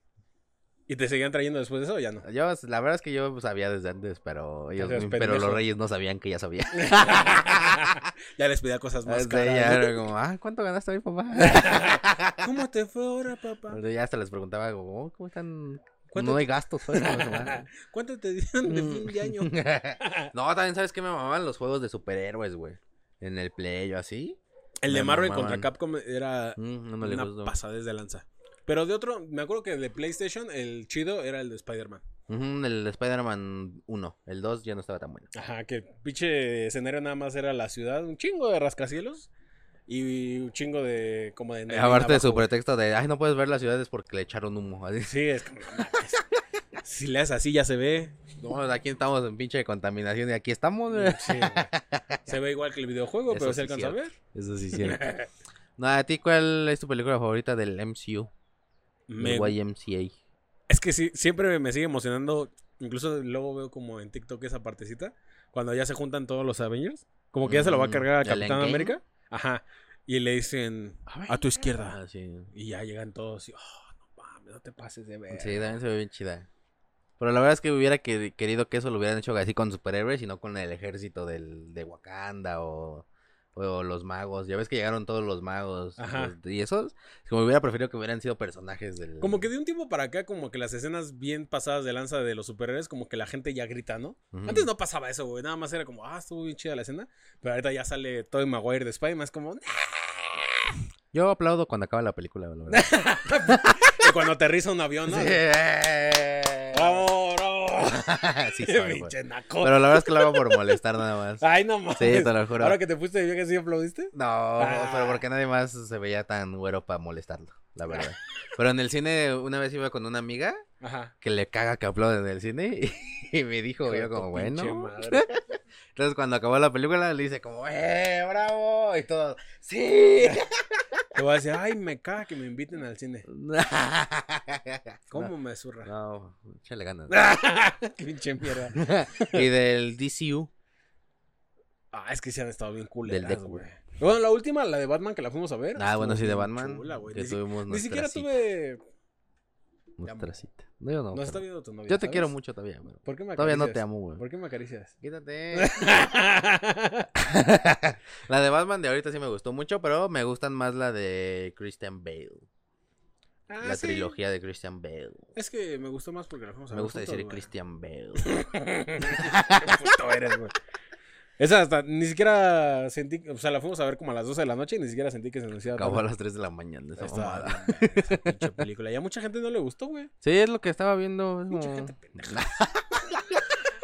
Speaker 1: ¿Y te seguían trayendo después de eso o [laughs] ya no?
Speaker 2: Yo, pues, la verdad es que yo sabía desde antes, pero ellos,
Speaker 1: Eres
Speaker 2: pero
Speaker 1: pendejo.
Speaker 2: los reyes no sabían que ya sabía. [laughs]
Speaker 1: ya les pedía cosas más
Speaker 2: Este, ya
Speaker 1: caras.
Speaker 2: era como, ah, ¿cuánto ganaste hoy, [laughs] papá?
Speaker 1: ¿no? [laughs] ¿Cómo te fue ahora, papá?
Speaker 2: ya hasta les preguntaba, como, oh, ¿cómo están?
Speaker 1: ¿Cuánto
Speaker 2: No
Speaker 1: te-
Speaker 2: hay gastos [laughs] hoy. ¿no?
Speaker 1: ¿Cuánto te dieron de fin de
Speaker 2: [laughs]
Speaker 1: año?
Speaker 2: no, también sabes que me mamaban los juegos de superhéroes, güey. En el play o así.
Speaker 1: El de
Speaker 2: Me
Speaker 1: Marvel
Speaker 2: mamaban.
Speaker 1: contra Capcom era
Speaker 2: Mm, no me le
Speaker 1: una
Speaker 2: gustó.
Speaker 1: pasadez de lanza. Pero de otro, me acuerdo que de PlayStation el chido era el de Spider-Man.
Speaker 2: Ujú, el Spider-Man 1. El 2 ya no estaba tan bueno.
Speaker 1: Ajá, que el pinche escenario nada más era la ciudad, un chingo de rascacielos y un chingo de como de... neblina
Speaker 2: Eh, Aparte de
Speaker 1: abajo,
Speaker 2: su
Speaker 1: güey.
Speaker 2: pretexto de, ay, no puedes ver las ciudades porque le echaron humo. [laughs] Así,
Speaker 1: Sí, es como... no mames. si le haces así ya se
Speaker 2: [laughs]
Speaker 1: ve.
Speaker 2: No, aquí estamos en pinche contaminación y aquí estamos.
Speaker 1: [laughs]
Speaker 2: güey".
Speaker 1: Sí, güey. se ve igual que el videojuego,
Speaker 2: Eso
Speaker 1: pero
Speaker 2: sí
Speaker 1: se alcanza a ver.
Speaker 2: Eso sí es
Speaker 1: [laughs]
Speaker 2: cierto. No, ¿a ti cuál es tu película favorita del MCU?
Speaker 1: Me-
Speaker 2: Del YMCA.
Speaker 1: Es que sí, siempre me sigue emocionando. Incluso luego veo como en TikTok esa partecita. Cuando ya se juntan todos los Avengers. Como que ya se lo va a
Speaker 2: Mm,
Speaker 1: cargar a
Speaker 2: ¿el
Speaker 1: Capitán
Speaker 2: Endgame?
Speaker 1: América. Ajá. Y le dicen a tu izquierda.
Speaker 2: Ah, sí.
Speaker 1: Y ya llegan todos y. "Oh, no mames, no te pases de ver.
Speaker 2: Sí, también se ve bien chida. Pero la verdad es que hubiera que- querido que eso lo hubieran hecho así con superhéroes y no con el ejército del, de Wakanda o, o los magos. Ya ves que llegaron todos los magos.
Speaker 1: Ajá.
Speaker 2: los- y esos, como hubiera preferido que hubieran sido personajes del...
Speaker 1: Como que de un tiempo para acá, como que las escenas bien pasadas de lanza de los superhéroes, como que la gente ya grita, ¿no?
Speaker 2: Ujú.
Speaker 1: Antes no pasaba eso, güey. Nada más era como, ah, estuvo bien chida la escena. Pero ahorita ya sale Tobey Maguire de Spider-Man. Es como, [laughs]
Speaker 2: Yo aplaudo cuando acaba la película, la verdad.
Speaker 1: y cuando aterriza un avión, ¿no?
Speaker 2: Sí.
Speaker 1: ¡Bravo, bravo!
Speaker 2: [laughs] Ah,
Speaker 1: [laughs]
Speaker 2: Sí, sabe, güey.
Speaker 1: Pinche naco.
Speaker 2: Pero la verdad es que lo hago por molestar nada más.
Speaker 1: Ay, no mames.
Speaker 2: Sí, te lo juro.
Speaker 1: pues, Ahora que Ah. te fuiste de viaje, ¿sí aplaudiste?
Speaker 2: No, pero porque nadie más se veía tan güero para molestarlo, la verdad.
Speaker 1: [laughs]
Speaker 2: Pero en el cine, una vez iba con una amiga
Speaker 1: Ajá.
Speaker 2: que le caga que aplauden en el cine [laughs] y, me dijo, yo como, bueno. Entonces cuando acabó la película le dice como, ¡eh, bravo! Y todo,
Speaker 1: [laughs]
Speaker 2: ¡sí!
Speaker 1: Te voy a decir, ay, me caga que me inviten al
Speaker 2: [laughs]
Speaker 1: cine. ¿Cómo
Speaker 2: ¿Cómo?
Speaker 1: me zurra?
Speaker 2: No, échale ganas.
Speaker 1: [laughs]
Speaker 2: [laughs]
Speaker 1: Pinche mierda.
Speaker 2: y del DCU.
Speaker 1: Ah, es que se han estado bien culeras,
Speaker 2: Deadpool.
Speaker 1: güey. Bueno, la última, la de Batman que la fuimos a ver.
Speaker 2: Ah, bueno,
Speaker 1: estuvo
Speaker 2: sí, de
Speaker 1: bien
Speaker 2: Batman.
Speaker 1: chula, güey.
Speaker 2: que
Speaker 1: Ni, si-
Speaker 2: tuvimos
Speaker 1: ni
Speaker 2: nuestra
Speaker 1: siquiera
Speaker 2: cita,
Speaker 1: tuve.
Speaker 2: nuestra cita. No, yo no.
Speaker 1: Nos está
Speaker 2: pero-
Speaker 1: viendo tu novia.
Speaker 2: Yo te
Speaker 1: ¿sabes?
Speaker 2: quiero mucho todavía, pero
Speaker 1: ¿Por qué me
Speaker 2: todavía
Speaker 1: acaricias?
Speaker 2: no te amo, güey. Eh.
Speaker 1: ¿Por qué me acaricias?
Speaker 2: Quítate.
Speaker 1: [laughs]
Speaker 2: la de Batman de ahorita sí me gustó mucho, pero me gustan más la de Christian Bale.
Speaker 1: Ah,
Speaker 2: la
Speaker 1: sí.
Speaker 2: trilogía de Christian Bale.
Speaker 1: Es que me gustó más porque la fuimos a ver.
Speaker 2: Me gusta
Speaker 1: juntos,
Speaker 2: decir
Speaker 1: güey.
Speaker 2: Christian Bale.
Speaker 1: [laughs] Qué puto eres, güey. Esa hasta ni siquiera sentí, o sea, la fuimos a ver como a las 12 de la noche y ni siquiera sentí que se anunciaba.
Speaker 2: Acabó a
Speaker 1: tanto.
Speaker 2: las 3 de la mañana esa
Speaker 1: Está-
Speaker 2: mamada.
Speaker 1: esa pinche película. Y a mucha gente no le gustó, güey.
Speaker 2: Sí, es lo que estaba viendo. es
Speaker 1: Mucha
Speaker 2: como
Speaker 1: gente pendeja.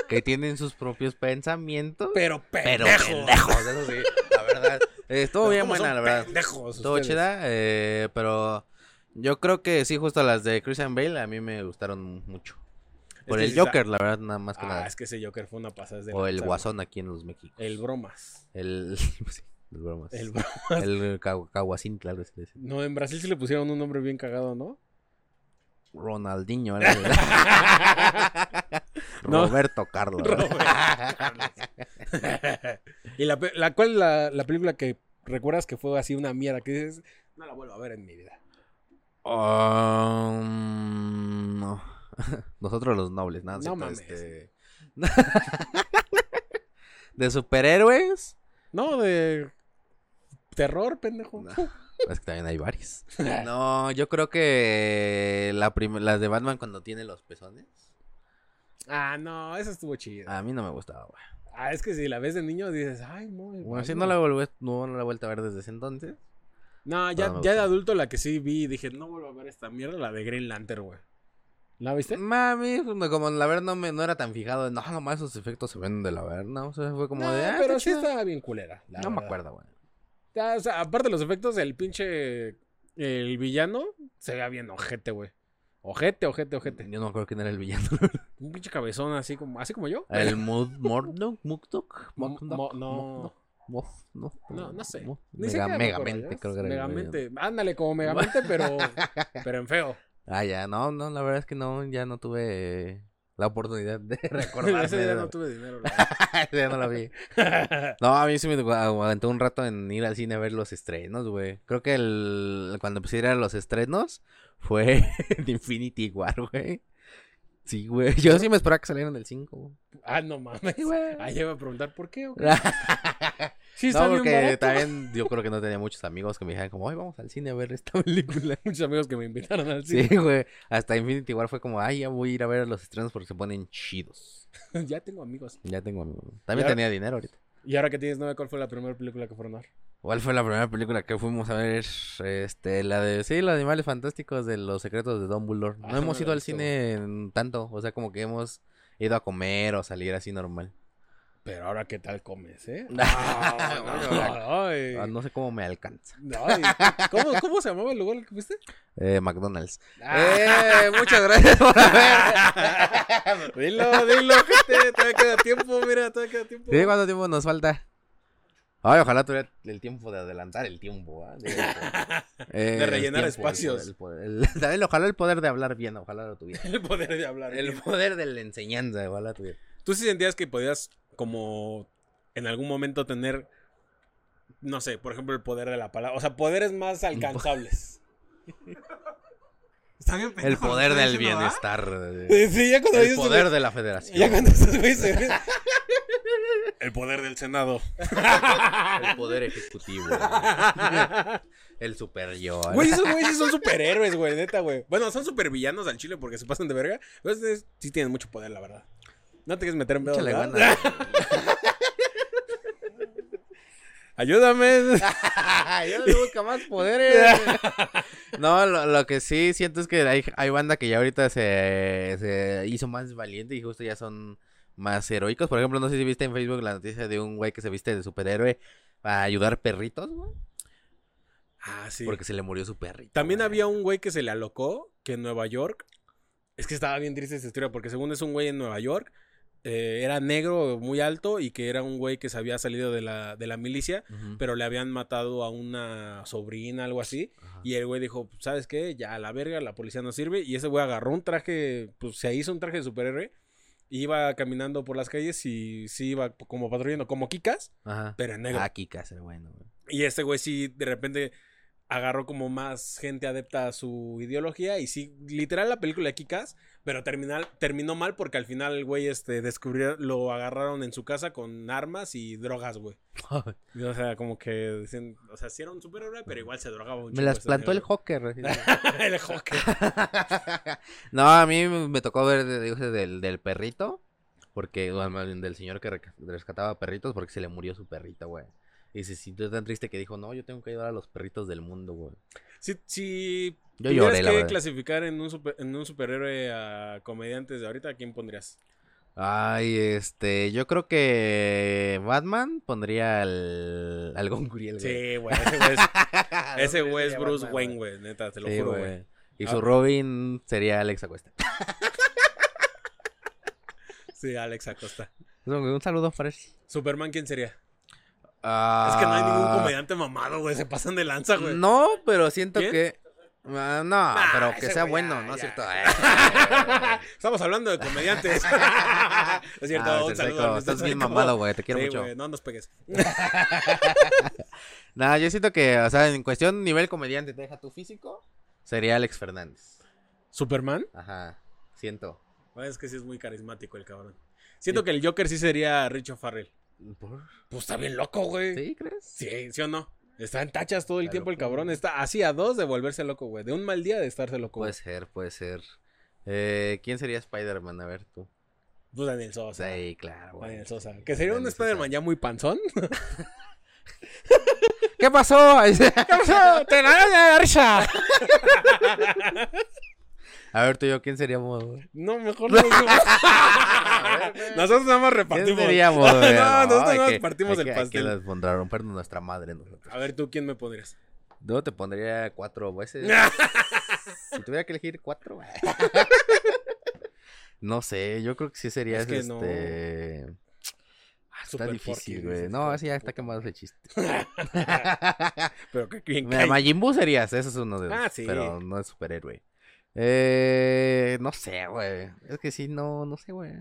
Speaker 2: Que tienen sus propios pensamientos.
Speaker 1: Pero
Speaker 2: Pero
Speaker 1: pendejo.
Speaker 2: pendejos, eso sí, la verdad. Eh, Estuvo bien
Speaker 1: ¿Cómo son
Speaker 2: buena, la verdad.
Speaker 1: Pendejos.
Speaker 2: Estuvo
Speaker 1: ustedes?
Speaker 2: chida, eh, pero yo creo que sí, justo las de Christian Bale a mí me gustaron mucho. Por
Speaker 1: que
Speaker 2: el
Speaker 1: sí está-
Speaker 2: Joker, la verdad, nada más que
Speaker 1: Ah,
Speaker 2: nada.
Speaker 1: es que ese Joker fue una pasada de
Speaker 2: O el
Speaker 1: lanza,
Speaker 2: Guasón aquí en los México.
Speaker 1: güey. El bromas.
Speaker 2: El. [laughs] pues sí, los bromas.
Speaker 1: El
Speaker 2: El,
Speaker 1: bromas.
Speaker 2: ca- Caguacín, claro que se le dice.
Speaker 1: No, en Brasil sí le pusieron un nombre bien cagado,
Speaker 2: [laughs]
Speaker 1: ¿no?
Speaker 2: Ronaldinho, algo así.
Speaker 1: No.
Speaker 2: Roberto Carlos.
Speaker 1: [laughs] y la, pe- la cual la, la película que recuerdas que fue así una mierda que dices, no la vuelvo a ver en mi vida.
Speaker 2: Um, no. [laughs] Nosotros los nobles, nada.
Speaker 1: No
Speaker 2: cierto,
Speaker 1: mames.
Speaker 2: este. [laughs] De superhéroes.
Speaker 1: No, de terror, pendejo.
Speaker 2: No. Es que también
Speaker 1: [laughs]
Speaker 2: hay varios. No, yo creo que la prim- las de Batman cuando tiene los pezones.
Speaker 1: Ah, no, eso estuvo chido. Ah,
Speaker 2: A mí no me gustaba, güey.
Speaker 1: es que si la ves de niño dices, ay, no. el
Speaker 2: Bueno, si no
Speaker 1: Batman".
Speaker 2: la, volví, no, no la he vuelto a ver desde ese entonces.
Speaker 1: No, ya,
Speaker 2: No, no
Speaker 1: ya de
Speaker 2: gustó.
Speaker 1: adulto la que sí vi, dije, no vuelvo a ver esta mierda, la de Green Lantern, güey. ¿La viste?
Speaker 2: Mm, Mami, pues, no, como la verdad no, me, no era tan fijado. No, nomás esos efectos se ven de la verdad. ¿no? O sea, fue como
Speaker 1: No,
Speaker 2: de. ah,
Speaker 1: pero sí
Speaker 2: está chida.
Speaker 1: estaba bien culera. la
Speaker 2: No me
Speaker 1: verdad.
Speaker 2: acuerdo, güey.
Speaker 1: Ya, o sea, aparte de los efectos, el pinche. El villano se vea bien ojete, güey. Ojete, ojete, ojete.
Speaker 2: Yo no me acuerdo quién era el villano.
Speaker 1: Un pinche cabezón así como, así como yo. [laughs]
Speaker 2: El Mood Mordok, Mukdok,
Speaker 1: Mo-
Speaker 2: Mokdok,
Speaker 1: mo- no.
Speaker 2: Mokdok, Mof- no,
Speaker 1: No, no sé.
Speaker 2: Mof-
Speaker 1: Ni
Speaker 2: Mega-
Speaker 1: siquiera me acuerdo,
Speaker 2: Megamente,
Speaker 1: ¿ya?
Speaker 2: creo que era el villano.
Speaker 1: Megamente. Ándale, como Megamente,
Speaker 2: [laughs]
Speaker 1: pero, pero en feo.
Speaker 2: Ah, ya, no, no, la verdad es que no, ya no tuve eh, la
Speaker 1: [laughs]
Speaker 2: oportunidad de recordarme.
Speaker 1: Ese
Speaker 2: de-
Speaker 1: día no
Speaker 2: [laughs]
Speaker 1: tuve dinero.
Speaker 2: Ese día no la
Speaker 1: [laughs]
Speaker 2: vi.
Speaker 1: la-
Speaker 2: No, a mí sí me agu- aguantó un rato en ir al cine a ver los estrenos, güey. Creo que el, cuando empecé a ir a los estrenos fue [laughs] en Infinity War, güey. Sí, güey. Yo sí me esperaba que salieran el 5.
Speaker 1: ah, no
Speaker 2: [laughs]
Speaker 1: mames.
Speaker 2: Sí, güey.
Speaker 1: Ahí iba a preguntar por qué. o
Speaker 2: Ah,
Speaker 1: qué? Sí, está
Speaker 2: No,
Speaker 1: bien
Speaker 2: porque
Speaker 1: barato.
Speaker 2: también yo creo que no tenía muchos amigos que me dijeran como, ay, vamos al cine a ver esta película.
Speaker 1: [laughs] Muchos amigos que me invitaron al
Speaker 2: [laughs] Sí,
Speaker 1: cine.
Speaker 2: güey. Hasta Infinity War fue como, ay, ya voy a ir a ver los estrenos porque se ponen chidos.
Speaker 1: [laughs] ya tengo amigos.
Speaker 2: Ya tengo amigos. También
Speaker 1: Ya-
Speaker 2: tenía dinero ahorita.
Speaker 1: Y ahora que tienes nueve, ¿cuál fue la primera película que fueron a ver?
Speaker 2: ¿Cuál fue la primera película que fuimos a ver? Este, la de, sí, los animales fantásticos de los secretos de Dumbledore.
Speaker 1: Ah,
Speaker 2: No
Speaker 1: esa no
Speaker 2: hemos
Speaker 1: la
Speaker 2: ido
Speaker 1: he
Speaker 2: al
Speaker 1: visto,
Speaker 2: cine en tanto, o sea, como que hemos ido a comer o salir así normal.
Speaker 1: Pero ahora qué tal comes,
Speaker 2: [laughs]
Speaker 1: ¿eh?
Speaker 2: Ah,
Speaker 1: Ay.
Speaker 2: No sé cómo me alcanza.
Speaker 1: Ay. ¿Cómo, ¿Cómo se llamaba el lugar al que
Speaker 2: [laughs]
Speaker 1: fuiste?
Speaker 2: Eh, McDonald's.
Speaker 1: Ah.
Speaker 2: Eh, muchas gracias por
Speaker 1: [laughs]
Speaker 2: haber.
Speaker 1: Dilo, dilo, gente. Todavía queda tiempo, mira, todavía queda tiempo.
Speaker 2: Sí, ¿cuánto tiempo nos falta? Ay, ojalá tuviera el tiempo de adelantar el tiempo. ¿ah? [laughs] Digo, eh,
Speaker 1: De
Speaker 2: el
Speaker 1: rellenar
Speaker 2: tiempo, el
Speaker 1: espacios.
Speaker 2: poder, el poder, el- [laughs] también, ojalá el poder de hablar bien, ojalá lo tuviera.
Speaker 1: El poder de hablar.
Speaker 2: El poder de la enseñanza, ojalá tuviera.
Speaker 1: ¿Tú sí sentías que podías, como, en algún momento tener, no sé, por ejemplo, el poder de la palabra? O sea, poderes más alcanzables. Está bien
Speaker 2: El
Speaker 1: pendejo lo
Speaker 2: poder
Speaker 1: que estoy
Speaker 2: del
Speaker 1: diciendo, ¿verdad?
Speaker 2: bienestar. eh,
Speaker 1: Sí, sí, ya cuando
Speaker 2: El
Speaker 1: dices-
Speaker 2: poder de la
Speaker 1: Ya
Speaker 2: [laughs] federación.
Speaker 1: cuando esos güeyes se ven- [laughs] El poder del Senado.
Speaker 2: El poder ejecutivo. El super yo.
Speaker 1: Güey, esos güeyes sí son superhéroes, güey, neta, güey. Bueno, son supervillanos al chile porque se pasan de verga. Pero ustedes sí tienen mucho poder, la verdad. No te quieres meter en pedo.
Speaker 2: Échale
Speaker 1: ¿verdad?
Speaker 2: ganas.
Speaker 1: [laughs] Ayúdame.
Speaker 2: Yo no le busca más poderes. [laughs] No, lo, lo que sí siento es que hay, hay banda que ya ahorita se, se hizo más valiente y justo ya son más heroicos. Por ejemplo, no sé si viste en Facebook la noticia de un güey que se viste de superhéroe para ayudar perritos, güey.
Speaker 1: Ah, sí.
Speaker 2: Porque se le murió su perrito.
Speaker 1: También
Speaker 2: güey.
Speaker 1: había un güey que se le alocó que en Nueva York. Es que estaba bien triste esta historia porque según es un güey en Nueva York. eh, era negro, muy alto y que era un güey que se había salido de la, de la milicia.
Speaker 2: Ujú.
Speaker 1: Pero le habían matado a una sobrina, algo así.
Speaker 2: Ajá.
Speaker 1: Y el güey dijo, "Pues, ¿sabes qué? Ya a la verga, la policía no sirve. Y ese güey agarró un traje, pues se hizo un traje de superhéroe. y Iba caminando por las calles y sí iba como patrullando, como Kikas,
Speaker 2: Ajá.
Speaker 1: pero en negro.
Speaker 2: Ah, Kika, ese bueno, güey.
Speaker 1: Y este güey sí de repente agarró como más gente adepta a su ideología. Y sí, literal la película de Kikas, pero terminal, terminó mal porque al final el güey este, descubrió, lo agarraron en su casa con armas y drogas, güey. Y, O sea, como que dicen, o sea, sí era un superhéroe, pero igual se drogaba [laughs] un
Speaker 2: Me
Speaker 1: chingo
Speaker 2: las
Speaker 1: ese
Speaker 2: plantó el
Speaker 1: negro.
Speaker 2: Joker. así.
Speaker 1: [laughs] el hockey.
Speaker 2: [laughs] no, a mí me tocó ver de- de- del, del perrito. Porque, bueno, más bien del señor que reca- rescataba perritos, porque se le murió su perrito, güey. Y se sintió tan triste que dijo, no, yo tengo que ayudar a los perritos del mundo, güey.
Speaker 1: Si, si
Speaker 2: [laughs] Yo
Speaker 1: tuvieras
Speaker 2: lloré,
Speaker 1: que
Speaker 2: la verdad.
Speaker 1: clasificar en un, super- en un superhéroe a comediantes de ahorita, ¿a quién pondrías?
Speaker 2: Ay, este, yo creo que Batman pondría al, al Goncuriel, güey. [laughs]
Speaker 1: Sí, güey. Ese güey es, ese
Speaker 2: Goncuriel
Speaker 1: güey es
Speaker 2: sería
Speaker 1: Bruce
Speaker 2: Batman,
Speaker 1: Wayne, güey. Neta, te lo
Speaker 2: Sí,
Speaker 1: juro,
Speaker 2: güey.
Speaker 1: güey.
Speaker 2: Y
Speaker 1: Ah.
Speaker 2: su Robin sería Alex Acuesta. [laughs]
Speaker 1: Sí, Alex Acosta.
Speaker 2: Un saludo, Fresh.
Speaker 1: ¿Superman quién sería?
Speaker 2: Ah,
Speaker 1: Es que no hay ningún comediante mamado, güey. Se pasan de lanza, [laughs] güey.
Speaker 2: No, pero siento
Speaker 1: ¿Quién?
Speaker 2: que. Ah, no, pero que
Speaker 1: ese
Speaker 2: sea
Speaker 1: güey,
Speaker 2: bueno,
Speaker 1: ya,
Speaker 2: ¿no es
Speaker 1: ya. [laughs]
Speaker 2: cierto?
Speaker 1: Estamos hablando de
Speaker 2: [laughs]
Speaker 1: comediantes. es cierto,
Speaker 2: Ah,
Speaker 1: un
Speaker 2: Mr. Psycho,
Speaker 1: saludo. al Mr.
Speaker 2: Estás bien
Speaker 1: Psycho.
Speaker 2: mamado, güey, te quiero
Speaker 1: Sí,
Speaker 2: mucho.
Speaker 1: güey, no nos pegues.
Speaker 2: Nada, yo siento que, o sea, en cuestión nivel comediante, te deja tu físico, sería Alex Fernández.
Speaker 1: ¿Superman?
Speaker 2: Ajá, siento.
Speaker 1: Güey, Es que sí es muy carismático el cabrón. Siento que el Joker sí sería Richo Farrell. Pues está bien loco, güey.
Speaker 2: ¿Sí, crees?
Speaker 1: Sí, ¿sí o no? Está en tachas todo el
Speaker 2: Está
Speaker 1: tiempo el
Speaker 2: loco,
Speaker 1: cabrón.
Speaker 2: güey.
Speaker 1: Está así a dos de volverse loco, güey. De un mal día de estarse loco.
Speaker 2: Puede
Speaker 1: güey.
Speaker 2: ser, puede ser. Eh, ¿Quién sería Spider-Man? A ver tú.
Speaker 1: Pues Daniel Sosa.
Speaker 2: Sí, claro, güey.
Speaker 1: Daniel Sosa. Que sería un
Speaker 2: Daniel Sosa.
Speaker 1: Spider-Man ya muy panzón.
Speaker 2: ¿Qué pasó?
Speaker 1: ¡Te la risa!
Speaker 2: A ver tú y yo, ¿quién seríamos? güey?
Speaker 1: No, mejor no. [laughs] nosotros nada más
Speaker 2: ¿Quién
Speaker 1: repartimos. [laughs]
Speaker 2: seríamos?
Speaker 1: no,
Speaker 2: güey?
Speaker 1: nosotros
Speaker 2: hay
Speaker 1: nada más
Speaker 2: que-
Speaker 1: partimos
Speaker 2: hay
Speaker 1: el
Speaker 2: que- hay
Speaker 1: pastel.
Speaker 2: que nos pondrá a romper nuestra madre nosotros.
Speaker 1: A ver, ¿tú quién me
Speaker 2: [laughs]
Speaker 1: pondrías?
Speaker 2: Yo te pondría cuatro veces.
Speaker 1: [laughs]
Speaker 2: si tuviera que elegir cuatro. [laughs] güey. no sé, yo creo que sí sería
Speaker 1: Es que
Speaker 2: este.
Speaker 1: no.
Speaker 2: Ah, está
Speaker 1: Super
Speaker 2: difícil,
Speaker 1: Porky,
Speaker 2: güey.
Speaker 1: dices,
Speaker 2: No,
Speaker 1: pero-
Speaker 2: ese ya está quemado ese chiste.
Speaker 1: [laughs] Pero qué bien
Speaker 2: Mira,
Speaker 1: cae.
Speaker 2: Majin Buu serías, eso es uno de los.
Speaker 1: Ah, sí.
Speaker 2: Pero no es superhéroe. Eh, no sé, güey. Es que sí, no, no sé, güey.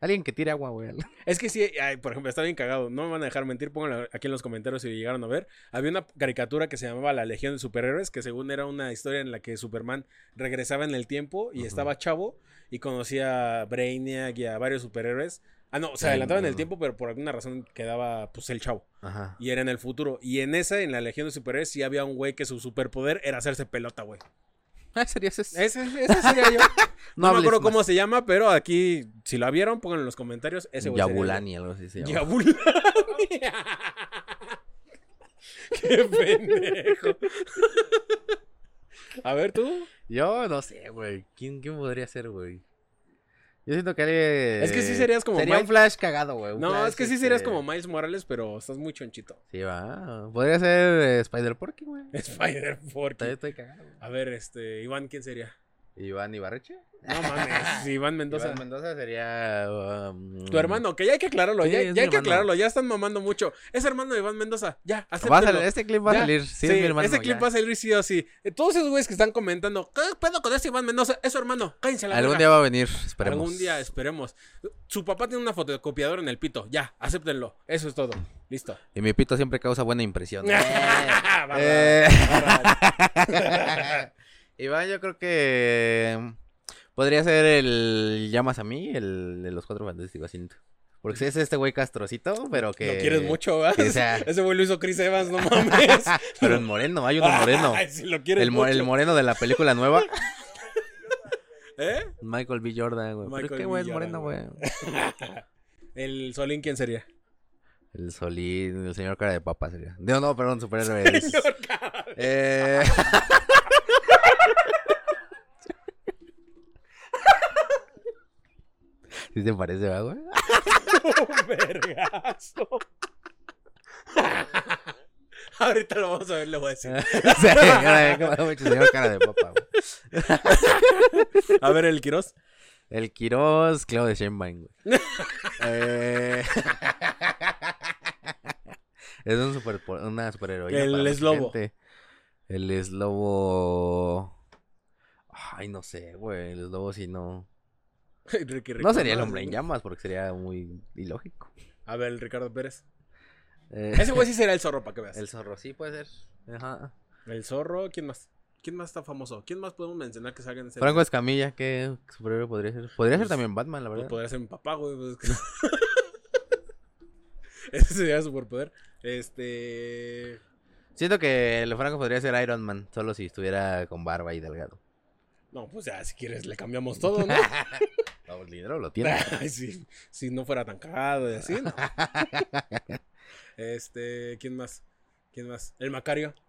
Speaker 2: Alguien que tire agua, güey.
Speaker 1: Es que sí, ay, por ejemplo, está bien cagado. No me van a dejar mentir. Pónganlo aquí en los comentarios si llegaron a ver. Había una caricatura que se llamaba La Legión de Superhéroes, que según era una historia en la que Superman regresaba en el tiempo y
Speaker 2: Ujú.
Speaker 1: estaba chavo y conocía a Brainiac y a varios superhéroes. Ah, no, se
Speaker 2: Ay,
Speaker 1: adelantaba en el
Speaker 2: no.
Speaker 1: tiempo, pero por alguna razón quedaba pues el chavo.
Speaker 2: Ajá.
Speaker 1: Y era en el futuro. Y en esa, en la Legión de Superhéroes, sí había un güey que su superpoder era hacerse pelota, güey.
Speaker 2: [laughs] Ah, serías ese.
Speaker 1: Ese, ese sería
Speaker 2: [laughs]
Speaker 1: yo.
Speaker 2: no
Speaker 1: No, me
Speaker 2: hables
Speaker 1: acuerdo
Speaker 2: más.
Speaker 1: cómo se llama, pero aquí, si la vieron, pónganlo en los comentarios. Ese güey. sería yo.
Speaker 2: Yabulani, algo así se llama.
Speaker 1: Yabulani. [laughs] Qué pendejo. A ver, tú.
Speaker 2: Yo no sé, güey. ¿Quién, quién podría ser, güey? Yo siento que alguien...
Speaker 1: Es que sí serías como
Speaker 2: Sería un
Speaker 1: Mike-
Speaker 2: Flash cagado, güey. un
Speaker 1: No,
Speaker 2: Flash,
Speaker 1: es que sí serías
Speaker 2: este,
Speaker 1: como Miles Morales, pero estás muy chonchito. [laughs]
Speaker 2: Sí, va. Podría ser eh, Spider-Porky, güey.
Speaker 1: Spider
Speaker 2: Todavía
Speaker 1: Porky.
Speaker 2: estoy cagado. güey.
Speaker 1: A ver, este, Iván, ¿quién sería?
Speaker 2: Iván Ibarreche.
Speaker 1: No
Speaker 2: [laughs]
Speaker 1: mames, Iván Mendoza.
Speaker 2: Iván Mendoza sería... um,
Speaker 1: Tu hermano, que ya hay que aclararlo,
Speaker 2: Sí,
Speaker 1: ya,
Speaker 2: es
Speaker 1: ya
Speaker 2: mi
Speaker 1: hay que
Speaker 2: hermano.
Speaker 1: aclararlo, ya están mamando mucho. Es hermano de Iván Mendoza, ya,
Speaker 2: [laughs] Va a salir-
Speaker 1: acéptenlo.
Speaker 2: este clip va a
Speaker 1: Ya,
Speaker 2: salir. Sí, es mi hermano.
Speaker 1: Este clip
Speaker 2: ya.
Speaker 1: va a salir sí o sí. Eh, Todos esos güeyes que están comentando, ¿qué pedo con este Iván Mendoza? Es su hermano, cállense la
Speaker 2: Algún
Speaker 1: verga".
Speaker 2: día va a venir, esperemos.
Speaker 1: Algún día esperemos. Su papá tiene una fotocopiadora en el pito. Ya, acéptenlo. Eso es todo.
Speaker 2: [laughs]
Speaker 1: Listo.
Speaker 2: Y mi pito siempre causa
Speaker 1: [laughs]
Speaker 2: buena impresión. [laughs]
Speaker 1: Bárbaro,
Speaker 2: Eh.
Speaker 1: bárbaro.
Speaker 2: [laughs] Iván, yo creo que em, podría ser el llamas a mí, el de los cuatro fantásticos, siento. Porque es este güey castrocito, pero que.
Speaker 1: Lo quieres mucho, ¿verdad?
Speaker 2: que sea-
Speaker 1: [laughs] Ese güey lo hizo Chris Evans, no mames.
Speaker 2: [laughs] Pero en moreno, hay uno moreno.
Speaker 1: [laughs] Ay, si lo quieres
Speaker 2: El, mo- el
Speaker 1: mucho.
Speaker 2: moreno de la
Speaker 1: [laughs]
Speaker 2: película nueva.
Speaker 1: ¿Eh?
Speaker 2: Michael B. Jordan, güey. Pero es
Speaker 1: Michael
Speaker 2: que,
Speaker 1: B.
Speaker 2: güey, es
Speaker 1: Jordan,
Speaker 2: moreno, güey.
Speaker 1: El Solín, ¿quién sería?
Speaker 2: El Solín, el señor cara de papa sería. No, no,
Speaker 1: [laughs]
Speaker 2: perdón, superhéroe. [laughs] Eh... [laughs] ¿Sí te parece, ¿verdad, [laughs] güey?
Speaker 1: Un vergazo. [laughs] Ahorita lo vamos a ver, le voy a decir.
Speaker 2: Sí, cara de- como mucho señor cara de papa, güey.
Speaker 1: A ver, el Quiroz. [laughs]
Speaker 2: El Quirós, Claudio de Sheinbaum, güey. Eh, [laughs] Es un super, una superheroína.
Speaker 1: El
Speaker 2: para mucha
Speaker 1: Slobo.
Speaker 2: gente. El eslobo. Ay, no sé, güey. El eslobo, si no.
Speaker 1: Ricky
Speaker 2: No
Speaker 1: Ricardo.
Speaker 2: sería el hombre en llamas porque sería muy ilógico.
Speaker 1: A ver, el Ricardo Pérez.
Speaker 2: Eh,
Speaker 1: Ese güey sí será el zorro, para que veas.
Speaker 2: El zorro, sí puede ser. Ajá.
Speaker 1: El zorro, ¿quién más? ¿Quién más está famoso? ¿Quién más podemos mencionar que salga en ese?
Speaker 2: Franco Escamilla, ¿qué superhéroe podría ser? Podría ser
Speaker 1: Pues-
Speaker 2: también Batman, la
Speaker 1: Pues
Speaker 2: verdad.
Speaker 1: podría ser mi papá, güey. pues, es que- [laughs] Ese sería su superpoder. Este.
Speaker 2: Siento que el Franco podría ser Iron Man, solo si estuviera con barba y delgado.
Speaker 1: No, pues ya, si quieres, le cambiamos todo, ¿no?
Speaker 2: No, el dinero lo tiene.
Speaker 1: [laughs] Ay, sí, si no fuera tan cagado y así, no. Este, ¿quién más? ¿Quién más? El Macario.
Speaker 2: [laughs]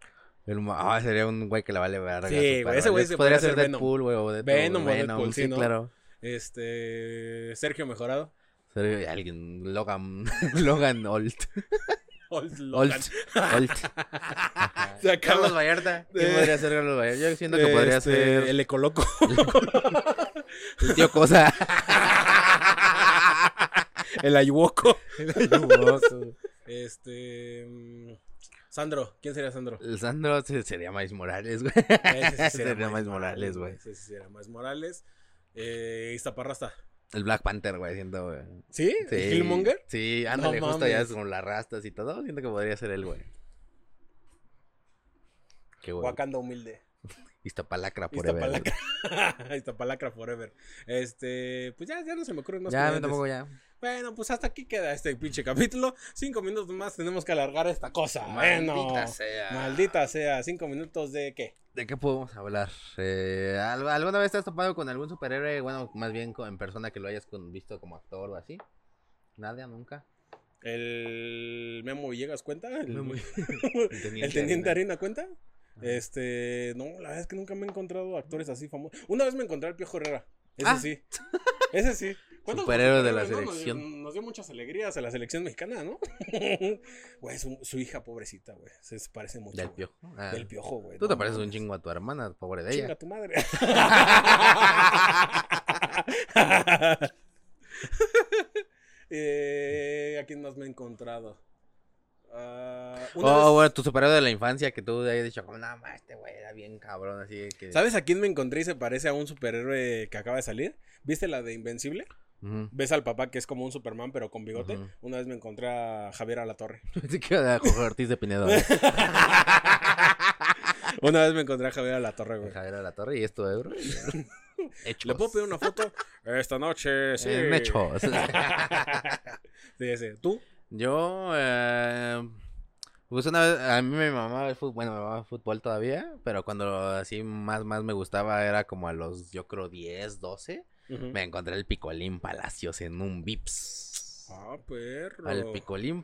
Speaker 2: El ma- ah, sería un güey que la vale verga.
Speaker 1: Sí, güey,
Speaker 2: super
Speaker 1: ese güey
Speaker 2: vale.
Speaker 1: se
Speaker 2: podría
Speaker 1: podría
Speaker 2: ser
Speaker 1: hacer Venom.
Speaker 2: Deadpool, güey, o Deadpool.
Speaker 1: Venom o Deadpool, sí, ¿no?
Speaker 2: claro.
Speaker 1: Este. Sergio Mejorado. [laughs]
Speaker 2: Ser alguien, Logan, [laughs] Logan Old.
Speaker 1: Old
Speaker 2: Old.
Speaker 1: Logan.
Speaker 2: Old.
Speaker 1: [laughs] Se acaba.
Speaker 2: Carlos Vallarta. ¿Quién
Speaker 1: Eh,
Speaker 2: podría ser Carlos Vallarta? Yo siento que podría
Speaker 1: Este,
Speaker 2: ser
Speaker 1: El Ecoloco. [laughs]
Speaker 2: el tío Cosa.
Speaker 1: el Ayuoco.
Speaker 2: el
Speaker 1: Este. mm, Sandro, ¿quién sería
Speaker 2: [laughs]
Speaker 1: Sandro?
Speaker 2: Sandro se- sería Miles Morales, [laughs] güey.
Speaker 1: Ese
Speaker 2: Sería Miles Morales, güey.
Speaker 1: Ese sí sería más Morales. Eh, Iztaparrasta.
Speaker 2: El Black Panther, güey, siento, güey.
Speaker 1: ¿Sí?
Speaker 2: Sí.
Speaker 1: ¿El Killmonger?
Speaker 2: Sí, ándale,
Speaker 1: No
Speaker 2: justo ya
Speaker 1: mames.
Speaker 2: con las rastas y todo. Siento que podría ser él, güey. Qué güey.
Speaker 1: Wakanda humilde.
Speaker 2: Iztapalacra
Speaker 1: [laughs]
Speaker 2: por
Speaker 1: Iztapalacra. Iztapalacra forever. Este, pues ya, ya no se me ocurren más
Speaker 2: Ya, a mí
Speaker 1: comediantes.
Speaker 2: tampoco ya.
Speaker 1: Bueno, pues hasta aquí queda este pinche capítulo. Cinco minutos más tenemos que alargar esta cosa.
Speaker 2: Maldita
Speaker 1: bueno,
Speaker 2: sea.
Speaker 1: Maldita sea. Cinco minutos de qué?
Speaker 2: ¿De qué podemos hablar? Eh, ¿al- ¿Alguna vez te has topado con algún superhéroe? Bueno, más bien con- en persona que lo hayas con- visto como actor o así. Nada, nunca.
Speaker 1: El Memo Villegas cuenta. El, [laughs]
Speaker 2: Memo- [laughs] El
Speaker 1: el Teniente Arena cuenta. Este, no, la verdad es que nunca me he encontrado actores así famosos. Una vez me encontré al Piojo Herrera. Ese
Speaker 2: Ah.
Speaker 1: sí. Ese sí. ¿Cuántos
Speaker 2: Superhéroe de la
Speaker 1: superhéroes, no? Nos- Nos,
Speaker 2: selección.
Speaker 1: dio muchas alegrías a la selección mexicana, ¿no? [laughs] Güey, su, su hija pobrecita, güey. Se se parece mucho.
Speaker 2: Del
Speaker 1: güey.
Speaker 2: piojo. Ah.
Speaker 1: Del piojo, güey.
Speaker 2: Tú te
Speaker 1: No
Speaker 2: pareces un
Speaker 1: mames.
Speaker 2: chingo a tu hermana, pobre de
Speaker 1: Chinga
Speaker 2: ella.
Speaker 1: tu madre. [laughs] Eh, ¿A quién más me he encontrado? Ah, una
Speaker 2: Oh,
Speaker 1: vez-
Speaker 2: bueno, tu superhéroe de la infancia que tú hayas dicho, como, no, ma, este güey era bien cabrón, así que...
Speaker 1: ¿Sabes a quién me encontré y se parece a un superhéroe que acaba de salir? ¿Viste la de Invencible?
Speaker 2: Ujú. [laughs]
Speaker 1: ¿Ves al papá que es como un Superman pero con bigote?
Speaker 2: Ujú.
Speaker 1: Una vez me encontré a Javier Alatorre. [laughs]
Speaker 2: Así que a Jorge Ortiz de Pinedo. ¿eh?
Speaker 1: Una vez me encontré a Javier Alatorre, güey.
Speaker 2: Javier a la torre y esto, ¿eh? Hechos.
Speaker 1: [laughs]
Speaker 2: Eh,
Speaker 1: ¿Le puedo pedir una
Speaker 2: [laughs]
Speaker 1: foto? Esta noche, sí.
Speaker 2: En hechos.
Speaker 1: sí, sí. ¿Tú?
Speaker 2: [laughs] Yo, eh, pues una vez, a mí me mamaba el fútbol, bueno, me mamaba el fútbol todavía, pero cuando así más, más me gustaba era como a los, yo creo, 10, 12,
Speaker 1: Ujú.
Speaker 2: me encontré el Picolín Palacios en un Vips.
Speaker 1: Ah, perro.
Speaker 2: Al Picolín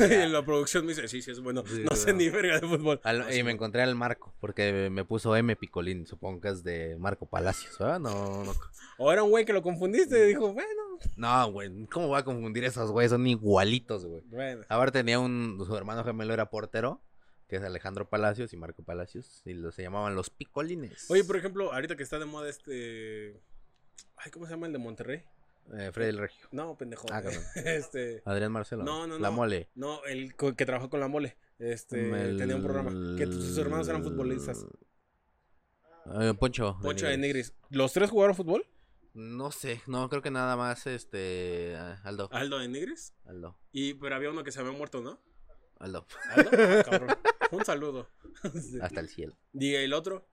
Speaker 1: [laughs] Y en
Speaker 2: ya.
Speaker 1: la producción me dice, sí, sí, es bueno.
Speaker 2: Sí,
Speaker 1: no sé
Speaker 2: no.
Speaker 1: ni verga de fútbol.
Speaker 2: Al-
Speaker 1: Ah,
Speaker 2: y
Speaker 1: sí,
Speaker 2: me encontré al Marco, porque me puso M Picolín, supongo que es de Marco Palacios, ¿verdad? No, no.
Speaker 1: O era un güey que lo
Speaker 2: Mm.
Speaker 1: confundiste y dijo, bueno.
Speaker 2: No, güey, ¿cómo voy a confundir esos güeyes? Son igualitos, güey.
Speaker 1: Bueno.
Speaker 2: Ahora tenía un. Su hermano gemelo era portero, que es Alejandro Palacios y Marco Palacios, y los, se llamaban los picolines.
Speaker 1: Oye, por ejemplo, ahorita que está de moda este... Ay, ¿cómo se llama el de Monterrey?
Speaker 2: Eh, Freddy el Regio.
Speaker 1: No, pendejo.
Speaker 2: Ah, cabrón.
Speaker 1: [laughs] este...
Speaker 2: Adrián Marcelo.
Speaker 1: No, no,
Speaker 2: La
Speaker 1: no.
Speaker 2: mole.
Speaker 1: No, el co- que trabajó con la mole. Este,
Speaker 2: El-
Speaker 1: tenía un programa. Que sus hermanos eran futbolistas.
Speaker 2: Eh, Poncho. de
Speaker 1: Poncho de Nigris.
Speaker 2: Nigris.
Speaker 1: ¿Los tres jugaron fútbol?
Speaker 2: No sé, no, creo que nada más este. ah, Aldo.
Speaker 1: Aldo de Nigris.
Speaker 2: Aldo.
Speaker 1: Y, pero había uno que se había muerto, ¿no?
Speaker 2: Aldo.
Speaker 1: [laughs] Aldo, ah, cabrón. Un saludo. [laughs] Sí.
Speaker 2: Hasta el cielo.
Speaker 1: Y el otro.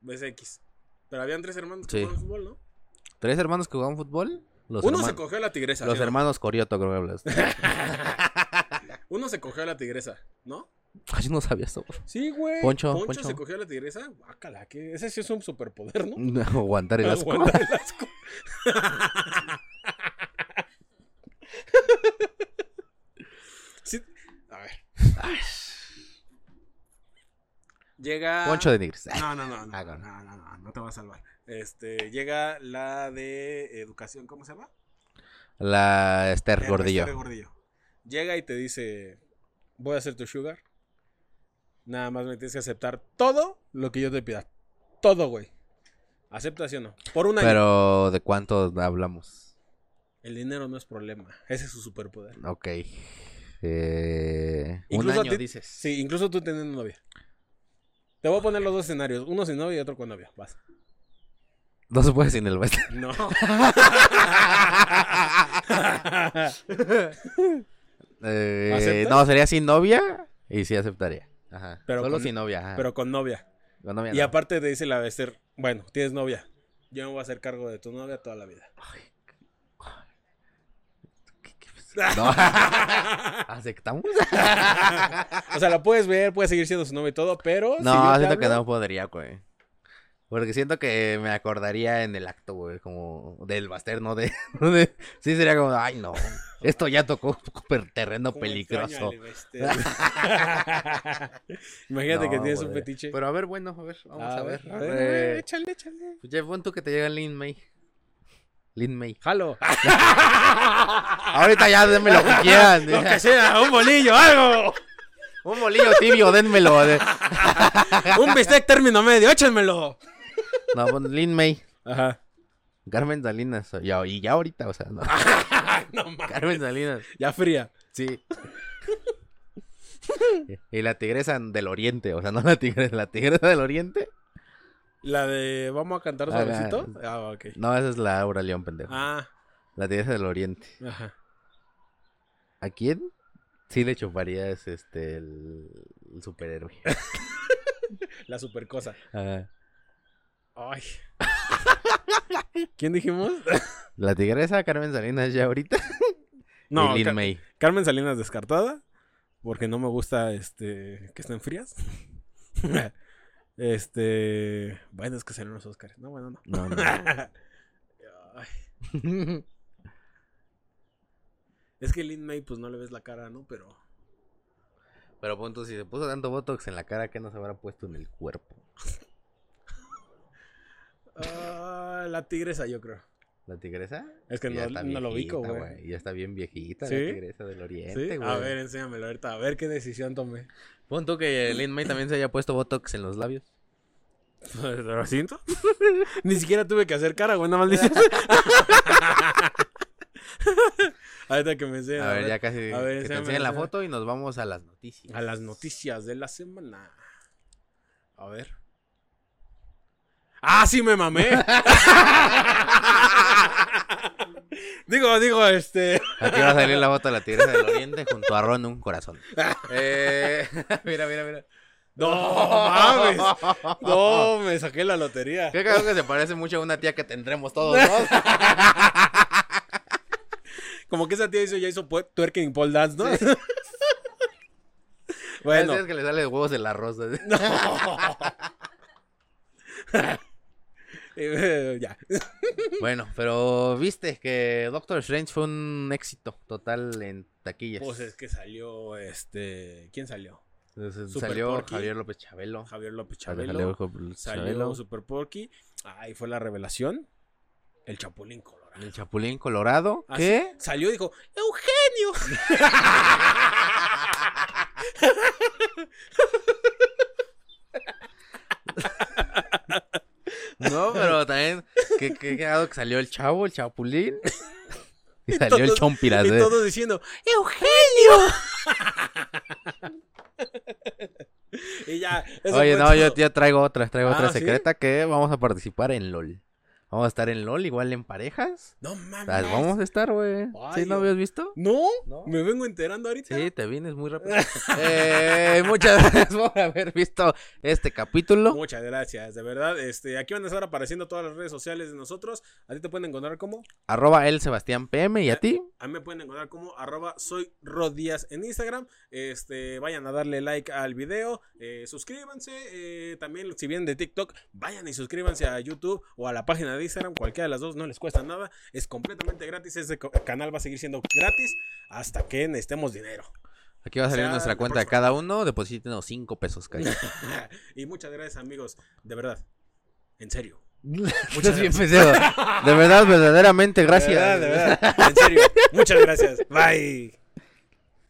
Speaker 1: BSX. Pero habían tres hermanos que
Speaker 2: Mm. Sí.
Speaker 1: jugaban fútbol, ¿no?
Speaker 2: ¿Tres hermanos que jugaban fútbol? Los
Speaker 1: Uno se
Speaker 2: hermanos.
Speaker 1: cogió a la tigresa.
Speaker 2: Los
Speaker 1: ¿sí o no?
Speaker 2: hermanos Corioto, creo que
Speaker 1: [laughs]
Speaker 2: hablas.
Speaker 1: Uno se cogió a la tigresa, ¿no?
Speaker 2: Ay, no sabía eso.
Speaker 1: Sí, güey.
Speaker 2: Poncho,
Speaker 1: Poncho.
Speaker 2: Poncho.
Speaker 1: se cogió a la tigresa. Guácala, que ese sí es un superpoder, ¿no? Ah,
Speaker 2: No, aguantar el asco.
Speaker 1: Aguantar el asco. [laughs] Sí, A ver. Llega.
Speaker 2: Poncho de Nigris.
Speaker 1: No, no, no, no,
Speaker 2: Ah,
Speaker 1: no,
Speaker 2: no.
Speaker 1: no, no, no, no te va a salvar. Este, llega la de educación, ¿cómo se llama?
Speaker 2: La Esther
Speaker 1: Eh,
Speaker 2: Gordillo.
Speaker 1: Esther Gordillo. Llega y te dice, voy a ser tu sugar. Nada más me tienes que aceptar todo lo que yo te pida. Todo, güey. ¿Aceptación o no? Por un año.
Speaker 2: Pero, ¿de cuánto hablamos?
Speaker 1: El dinero no es problema. Ese es su superpoder.
Speaker 2: Ok. Eh, un
Speaker 1: Incluso a
Speaker 2: año,
Speaker 1: ti-
Speaker 2: dices.
Speaker 1: Sí, incluso tú teniendo novia. Te voy a poner los dos escenarios. Uno sin novia y otro con novia. Vas.
Speaker 2: No se puede sin el Western.
Speaker 1: No.
Speaker 2: [laughs] Eh,
Speaker 1: ¿Aceptas?
Speaker 2: no, sería sin novia y sí aceptaría. Ajá.
Speaker 1: Pero
Speaker 2: Solo
Speaker 1: con-
Speaker 2: sin novia.
Speaker 1: [laughs]
Speaker 2: Ajá.
Speaker 1: Pero con novia.
Speaker 2: Con novia
Speaker 1: Y
Speaker 2: no.
Speaker 1: aparte te dice la Bester, bueno, tienes novia. Yo me voy a hacer cargo de tu novia toda la vida.
Speaker 2: ¿Qué- qué- No. ¿Aceptamos?
Speaker 1: [laughs] o sea, la puedes ver, puedes seguir siendo su novia y todo, [laughs] pero... si yo
Speaker 2: No,
Speaker 1: te
Speaker 2: siento que
Speaker 1: hablo-
Speaker 2: no podría, güey. Porque siento que me acordaría en el acto, güey, como del Baster, no de, [laughs] no de- Sí, sería como, ay, no. Esto ya tocó per- terreno
Speaker 1: Como extraño
Speaker 2: peligroso.
Speaker 1: al Bester. [laughs] Imagínate
Speaker 2: No,
Speaker 1: que tienes un
Speaker 2: podría.
Speaker 1: fetiche.
Speaker 2: Pero a ver, bueno, a ver, vamos a, ver.
Speaker 1: a ver, a
Speaker 2: Eh,
Speaker 1: ver, échale, échale.
Speaker 2: pues Jeff, pon tú que te llega Lin May.
Speaker 1: [laughs]
Speaker 2: Lin May.
Speaker 1: Jalo.
Speaker 2: Ahorita ya
Speaker 1: [laughs]
Speaker 2: denme lo que quieran. eh.
Speaker 1: Lo que sea, un bolillo, algo.
Speaker 2: Un molillo tibio, denmelo. de-
Speaker 1: Un bistec término medio, échenmelo.
Speaker 2: No, pon Lin May.
Speaker 1: Ajá.
Speaker 2: Carmen Salinas. Y ya- y ya ahorita, o sea,
Speaker 1: [laughs]
Speaker 2: no.
Speaker 1: Ah, No mames.
Speaker 2: Carmen Salinas.
Speaker 1: Ya fría.
Speaker 2: [laughs] Sí. y la tigresa del oriente, o sea, no la tigresa, la tigresa del oriente.
Speaker 1: La de vamos a cantar
Speaker 2: Ah,
Speaker 1: suavecito. Ah, ok.
Speaker 2: No, esa es la Aura León, pendejo.
Speaker 1: Ah,
Speaker 2: La tigresa del oriente.
Speaker 1: ajá.
Speaker 2: ¿A quién? Sí le chuparías este el, el [laughs] superhéroe.
Speaker 1: La super cosa.
Speaker 2: [laughs] Ajá.
Speaker 1: Ay. ¿Quién
Speaker 2: [laughs]
Speaker 1: dijimos?
Speaker 2: La tigresa Carmen Salinas ya ahorita.
Speaker 1: [laughs] No,
Speaker 2: y Lin
Speaker 1: Ca-
Speaker 2: May.
Speaker 1: Carmen Salinas descartada. Porque no me gusta este que estén frías. [laughs] este. Bueno, es que serán los Oscars. No, bueno, no. [laughs]
Speaker 2: No, no. no.
Speaker 1: es que Lin May, pues no le ves la cara, ¿no? Pero.
Speaker 2: [laughs] Pero punto, si se puso tanto botox en la cara, ¿qué nos habrá puesto en el cuerpo?
Speaker 1: Ah, la tigresa, yo creo.
Speaker 2: ¿La tigresa?
Speaker 1: Es que no,
Speaker 2: está
Speaker 1: no lo
Speaker 2: viejita,
Speaker 1: ubico, güey.
Speaker 2: Ya está bien viejita
Speaker 1: ¿Sí?
Speaker 2: la tigresa del oriente,
Speaker 1: ¿Sí?
Speaker 2: güey.
Speaker 1: A ver, enséñamelo ahorita. A ver qué decisión tomé.
Speaker 2: Punto que Lin May también se haya puesto botox en los labios.
Speaker 1: ¿Lo siento? [laughs] Ni siquiera tuve que hacer cara, güey. Nada más
Speaker 2: [laughs]
Speaker 1: le hice- Ahorita que me enseñen.
Speaker 2: a ver, ya casi.
Speaker 1: a ver,
Speaker 2: que te
Speaker 1: enséñame,
Speaker 2: enseñen la
Speaker 1: enséñame.
Speaker 2: foto y nos vamos a las noticias.
Speaker 1: A las noticias de la semana. A ver. ¡Ah, sí me
Speaker 2: [laughs]
Speaker 1: mamé! digo, digo, este.
Speaker 2: [laughs] Aquí va a salir la foto de la tigresa del oriente junto a Ron un corazón. Eh, [laughs] mira, mira, mira.
Speaker 1: No mames. No, me saqué la lotería.
Speaker 2: Qué cagado que se parece mucho a una tía que tendremos todos dos.
Speaker 1: Como que esa tía hizo, ya hizo pu- twerking pole dance, ¿no? [laughs] [laughs] bueno.
Speaker 2: Es que le sale de huevos el arroz. así.
Speaker 1: No. Eh, [laughs] ya.
Speaker 2: Bueno, pero viste que Doctor Strange fue un éxito total en taquillas.
Speaker 1: Pues es que salió este. ¿Quién salió?
Speaker 2: Entonces,
Speaker 1: Super
Speaker 2: salió
Speaker 1: Porky.
Speaker 2: Javier López Chabelo.
Speaker 1: Javier López
Speaker 2: Javier
Speaker 1: Chabelo.
Speaker 2: López
Speaker 1: Salió
Speaker 2: Chabelo.
Speaker 1: Super Porky. Ahí fue la revelación. El Chapulín Colorado.
Speaker 2: El Chapulín Colorado.
Speaker 1: Así-
Speaker 2: ¿Qué?
Speaker 1: Salió y dijo,
Speaker 2: [laughs]
Speaker 1: ¡Eugenio!
Speaker 2: No, pero también. Qué qué cagado que salió el chavo,
Speaker 1: [laughs]
Speaker 2: el Chapulín. Y salió el
Speaker 1: todos-
Speaker 2: Chompiras.
Speaker 1: y
Speaker 2: ¿eh?
Speaker 1: todos diciendo,
Speaker 2: [laughs]
Speaker 1: ¡Eugenio! [laughs] y ya. eso
Speaker 2: Oye,
Speaker 1: fue
Speaker 2: no, yo
Speaker 1: todo.
Speaker 2: ya traigo otra, traigo
Speaker 1: Ah,
Speaker 2: otra
Speaker 1: ¿sí?
Speaker 2: secreta que vamos a participar en LOL. Vamos a estar en LOL, igual en parejas.
Speaker 1: No
Speaker 2: O
Speaker 1: mames.
Speaker 2: sea, vamos a estar, güey.
Speaker 1: Ah, Ay,
Speaker 2: ¿Sí no
Speaker 1: Dios.
Speaker 2: habías visto?
Speaker 1: ¿No?
Speaker 2: No.
Speaker 1: Me vengo enterando ahorita.
Speaker 2: [laughs] Sí, te vienes muy rápido. Eh, muchas gracias por haber visto este capítulo.
Speaker 1: Muchas gracias, de verdad. Este, aquí van a estar apareciendo todas las redes sociales de nosotros. A ti te pueden encontrar como,
Speaker 2: Arroba el Sebastián PM y a ti.
Speaker 1: a mí me pueden encontrar como arroba soy Rodías en Instagram. Este, vayan a darle like al video, eh, suscríbanse. eh, también, si vienen de TikTok, vayan y suscríbanse a YouTube o a la página de Instagram, cualquiera de las dos, no les cuesta nada. Es completamente gratis. Este co- canal va a seguir siendo gratis hasta que necesitemos dinero. [laughs]
Speaker 2: Aquí va a salir
Speaker 1: sea,
Speaker 2: nuestra
Speaker 1: la
Speaker 2: cuenta de
Speaker 1: próxima.
Speaker 2: cada uno. Deposítenos 5 pesos, [laughs] cariño.
Speaker 1: y muchas gracias, amigos, de verdad. En serio.
Speaker 2: Muchas gracias. De verdad, verdaderamente,
Speaker 1: De verdad,
Speaker 2: gracias.
Speaker 1: de verdad. En serio. Muchas gracias. Bye.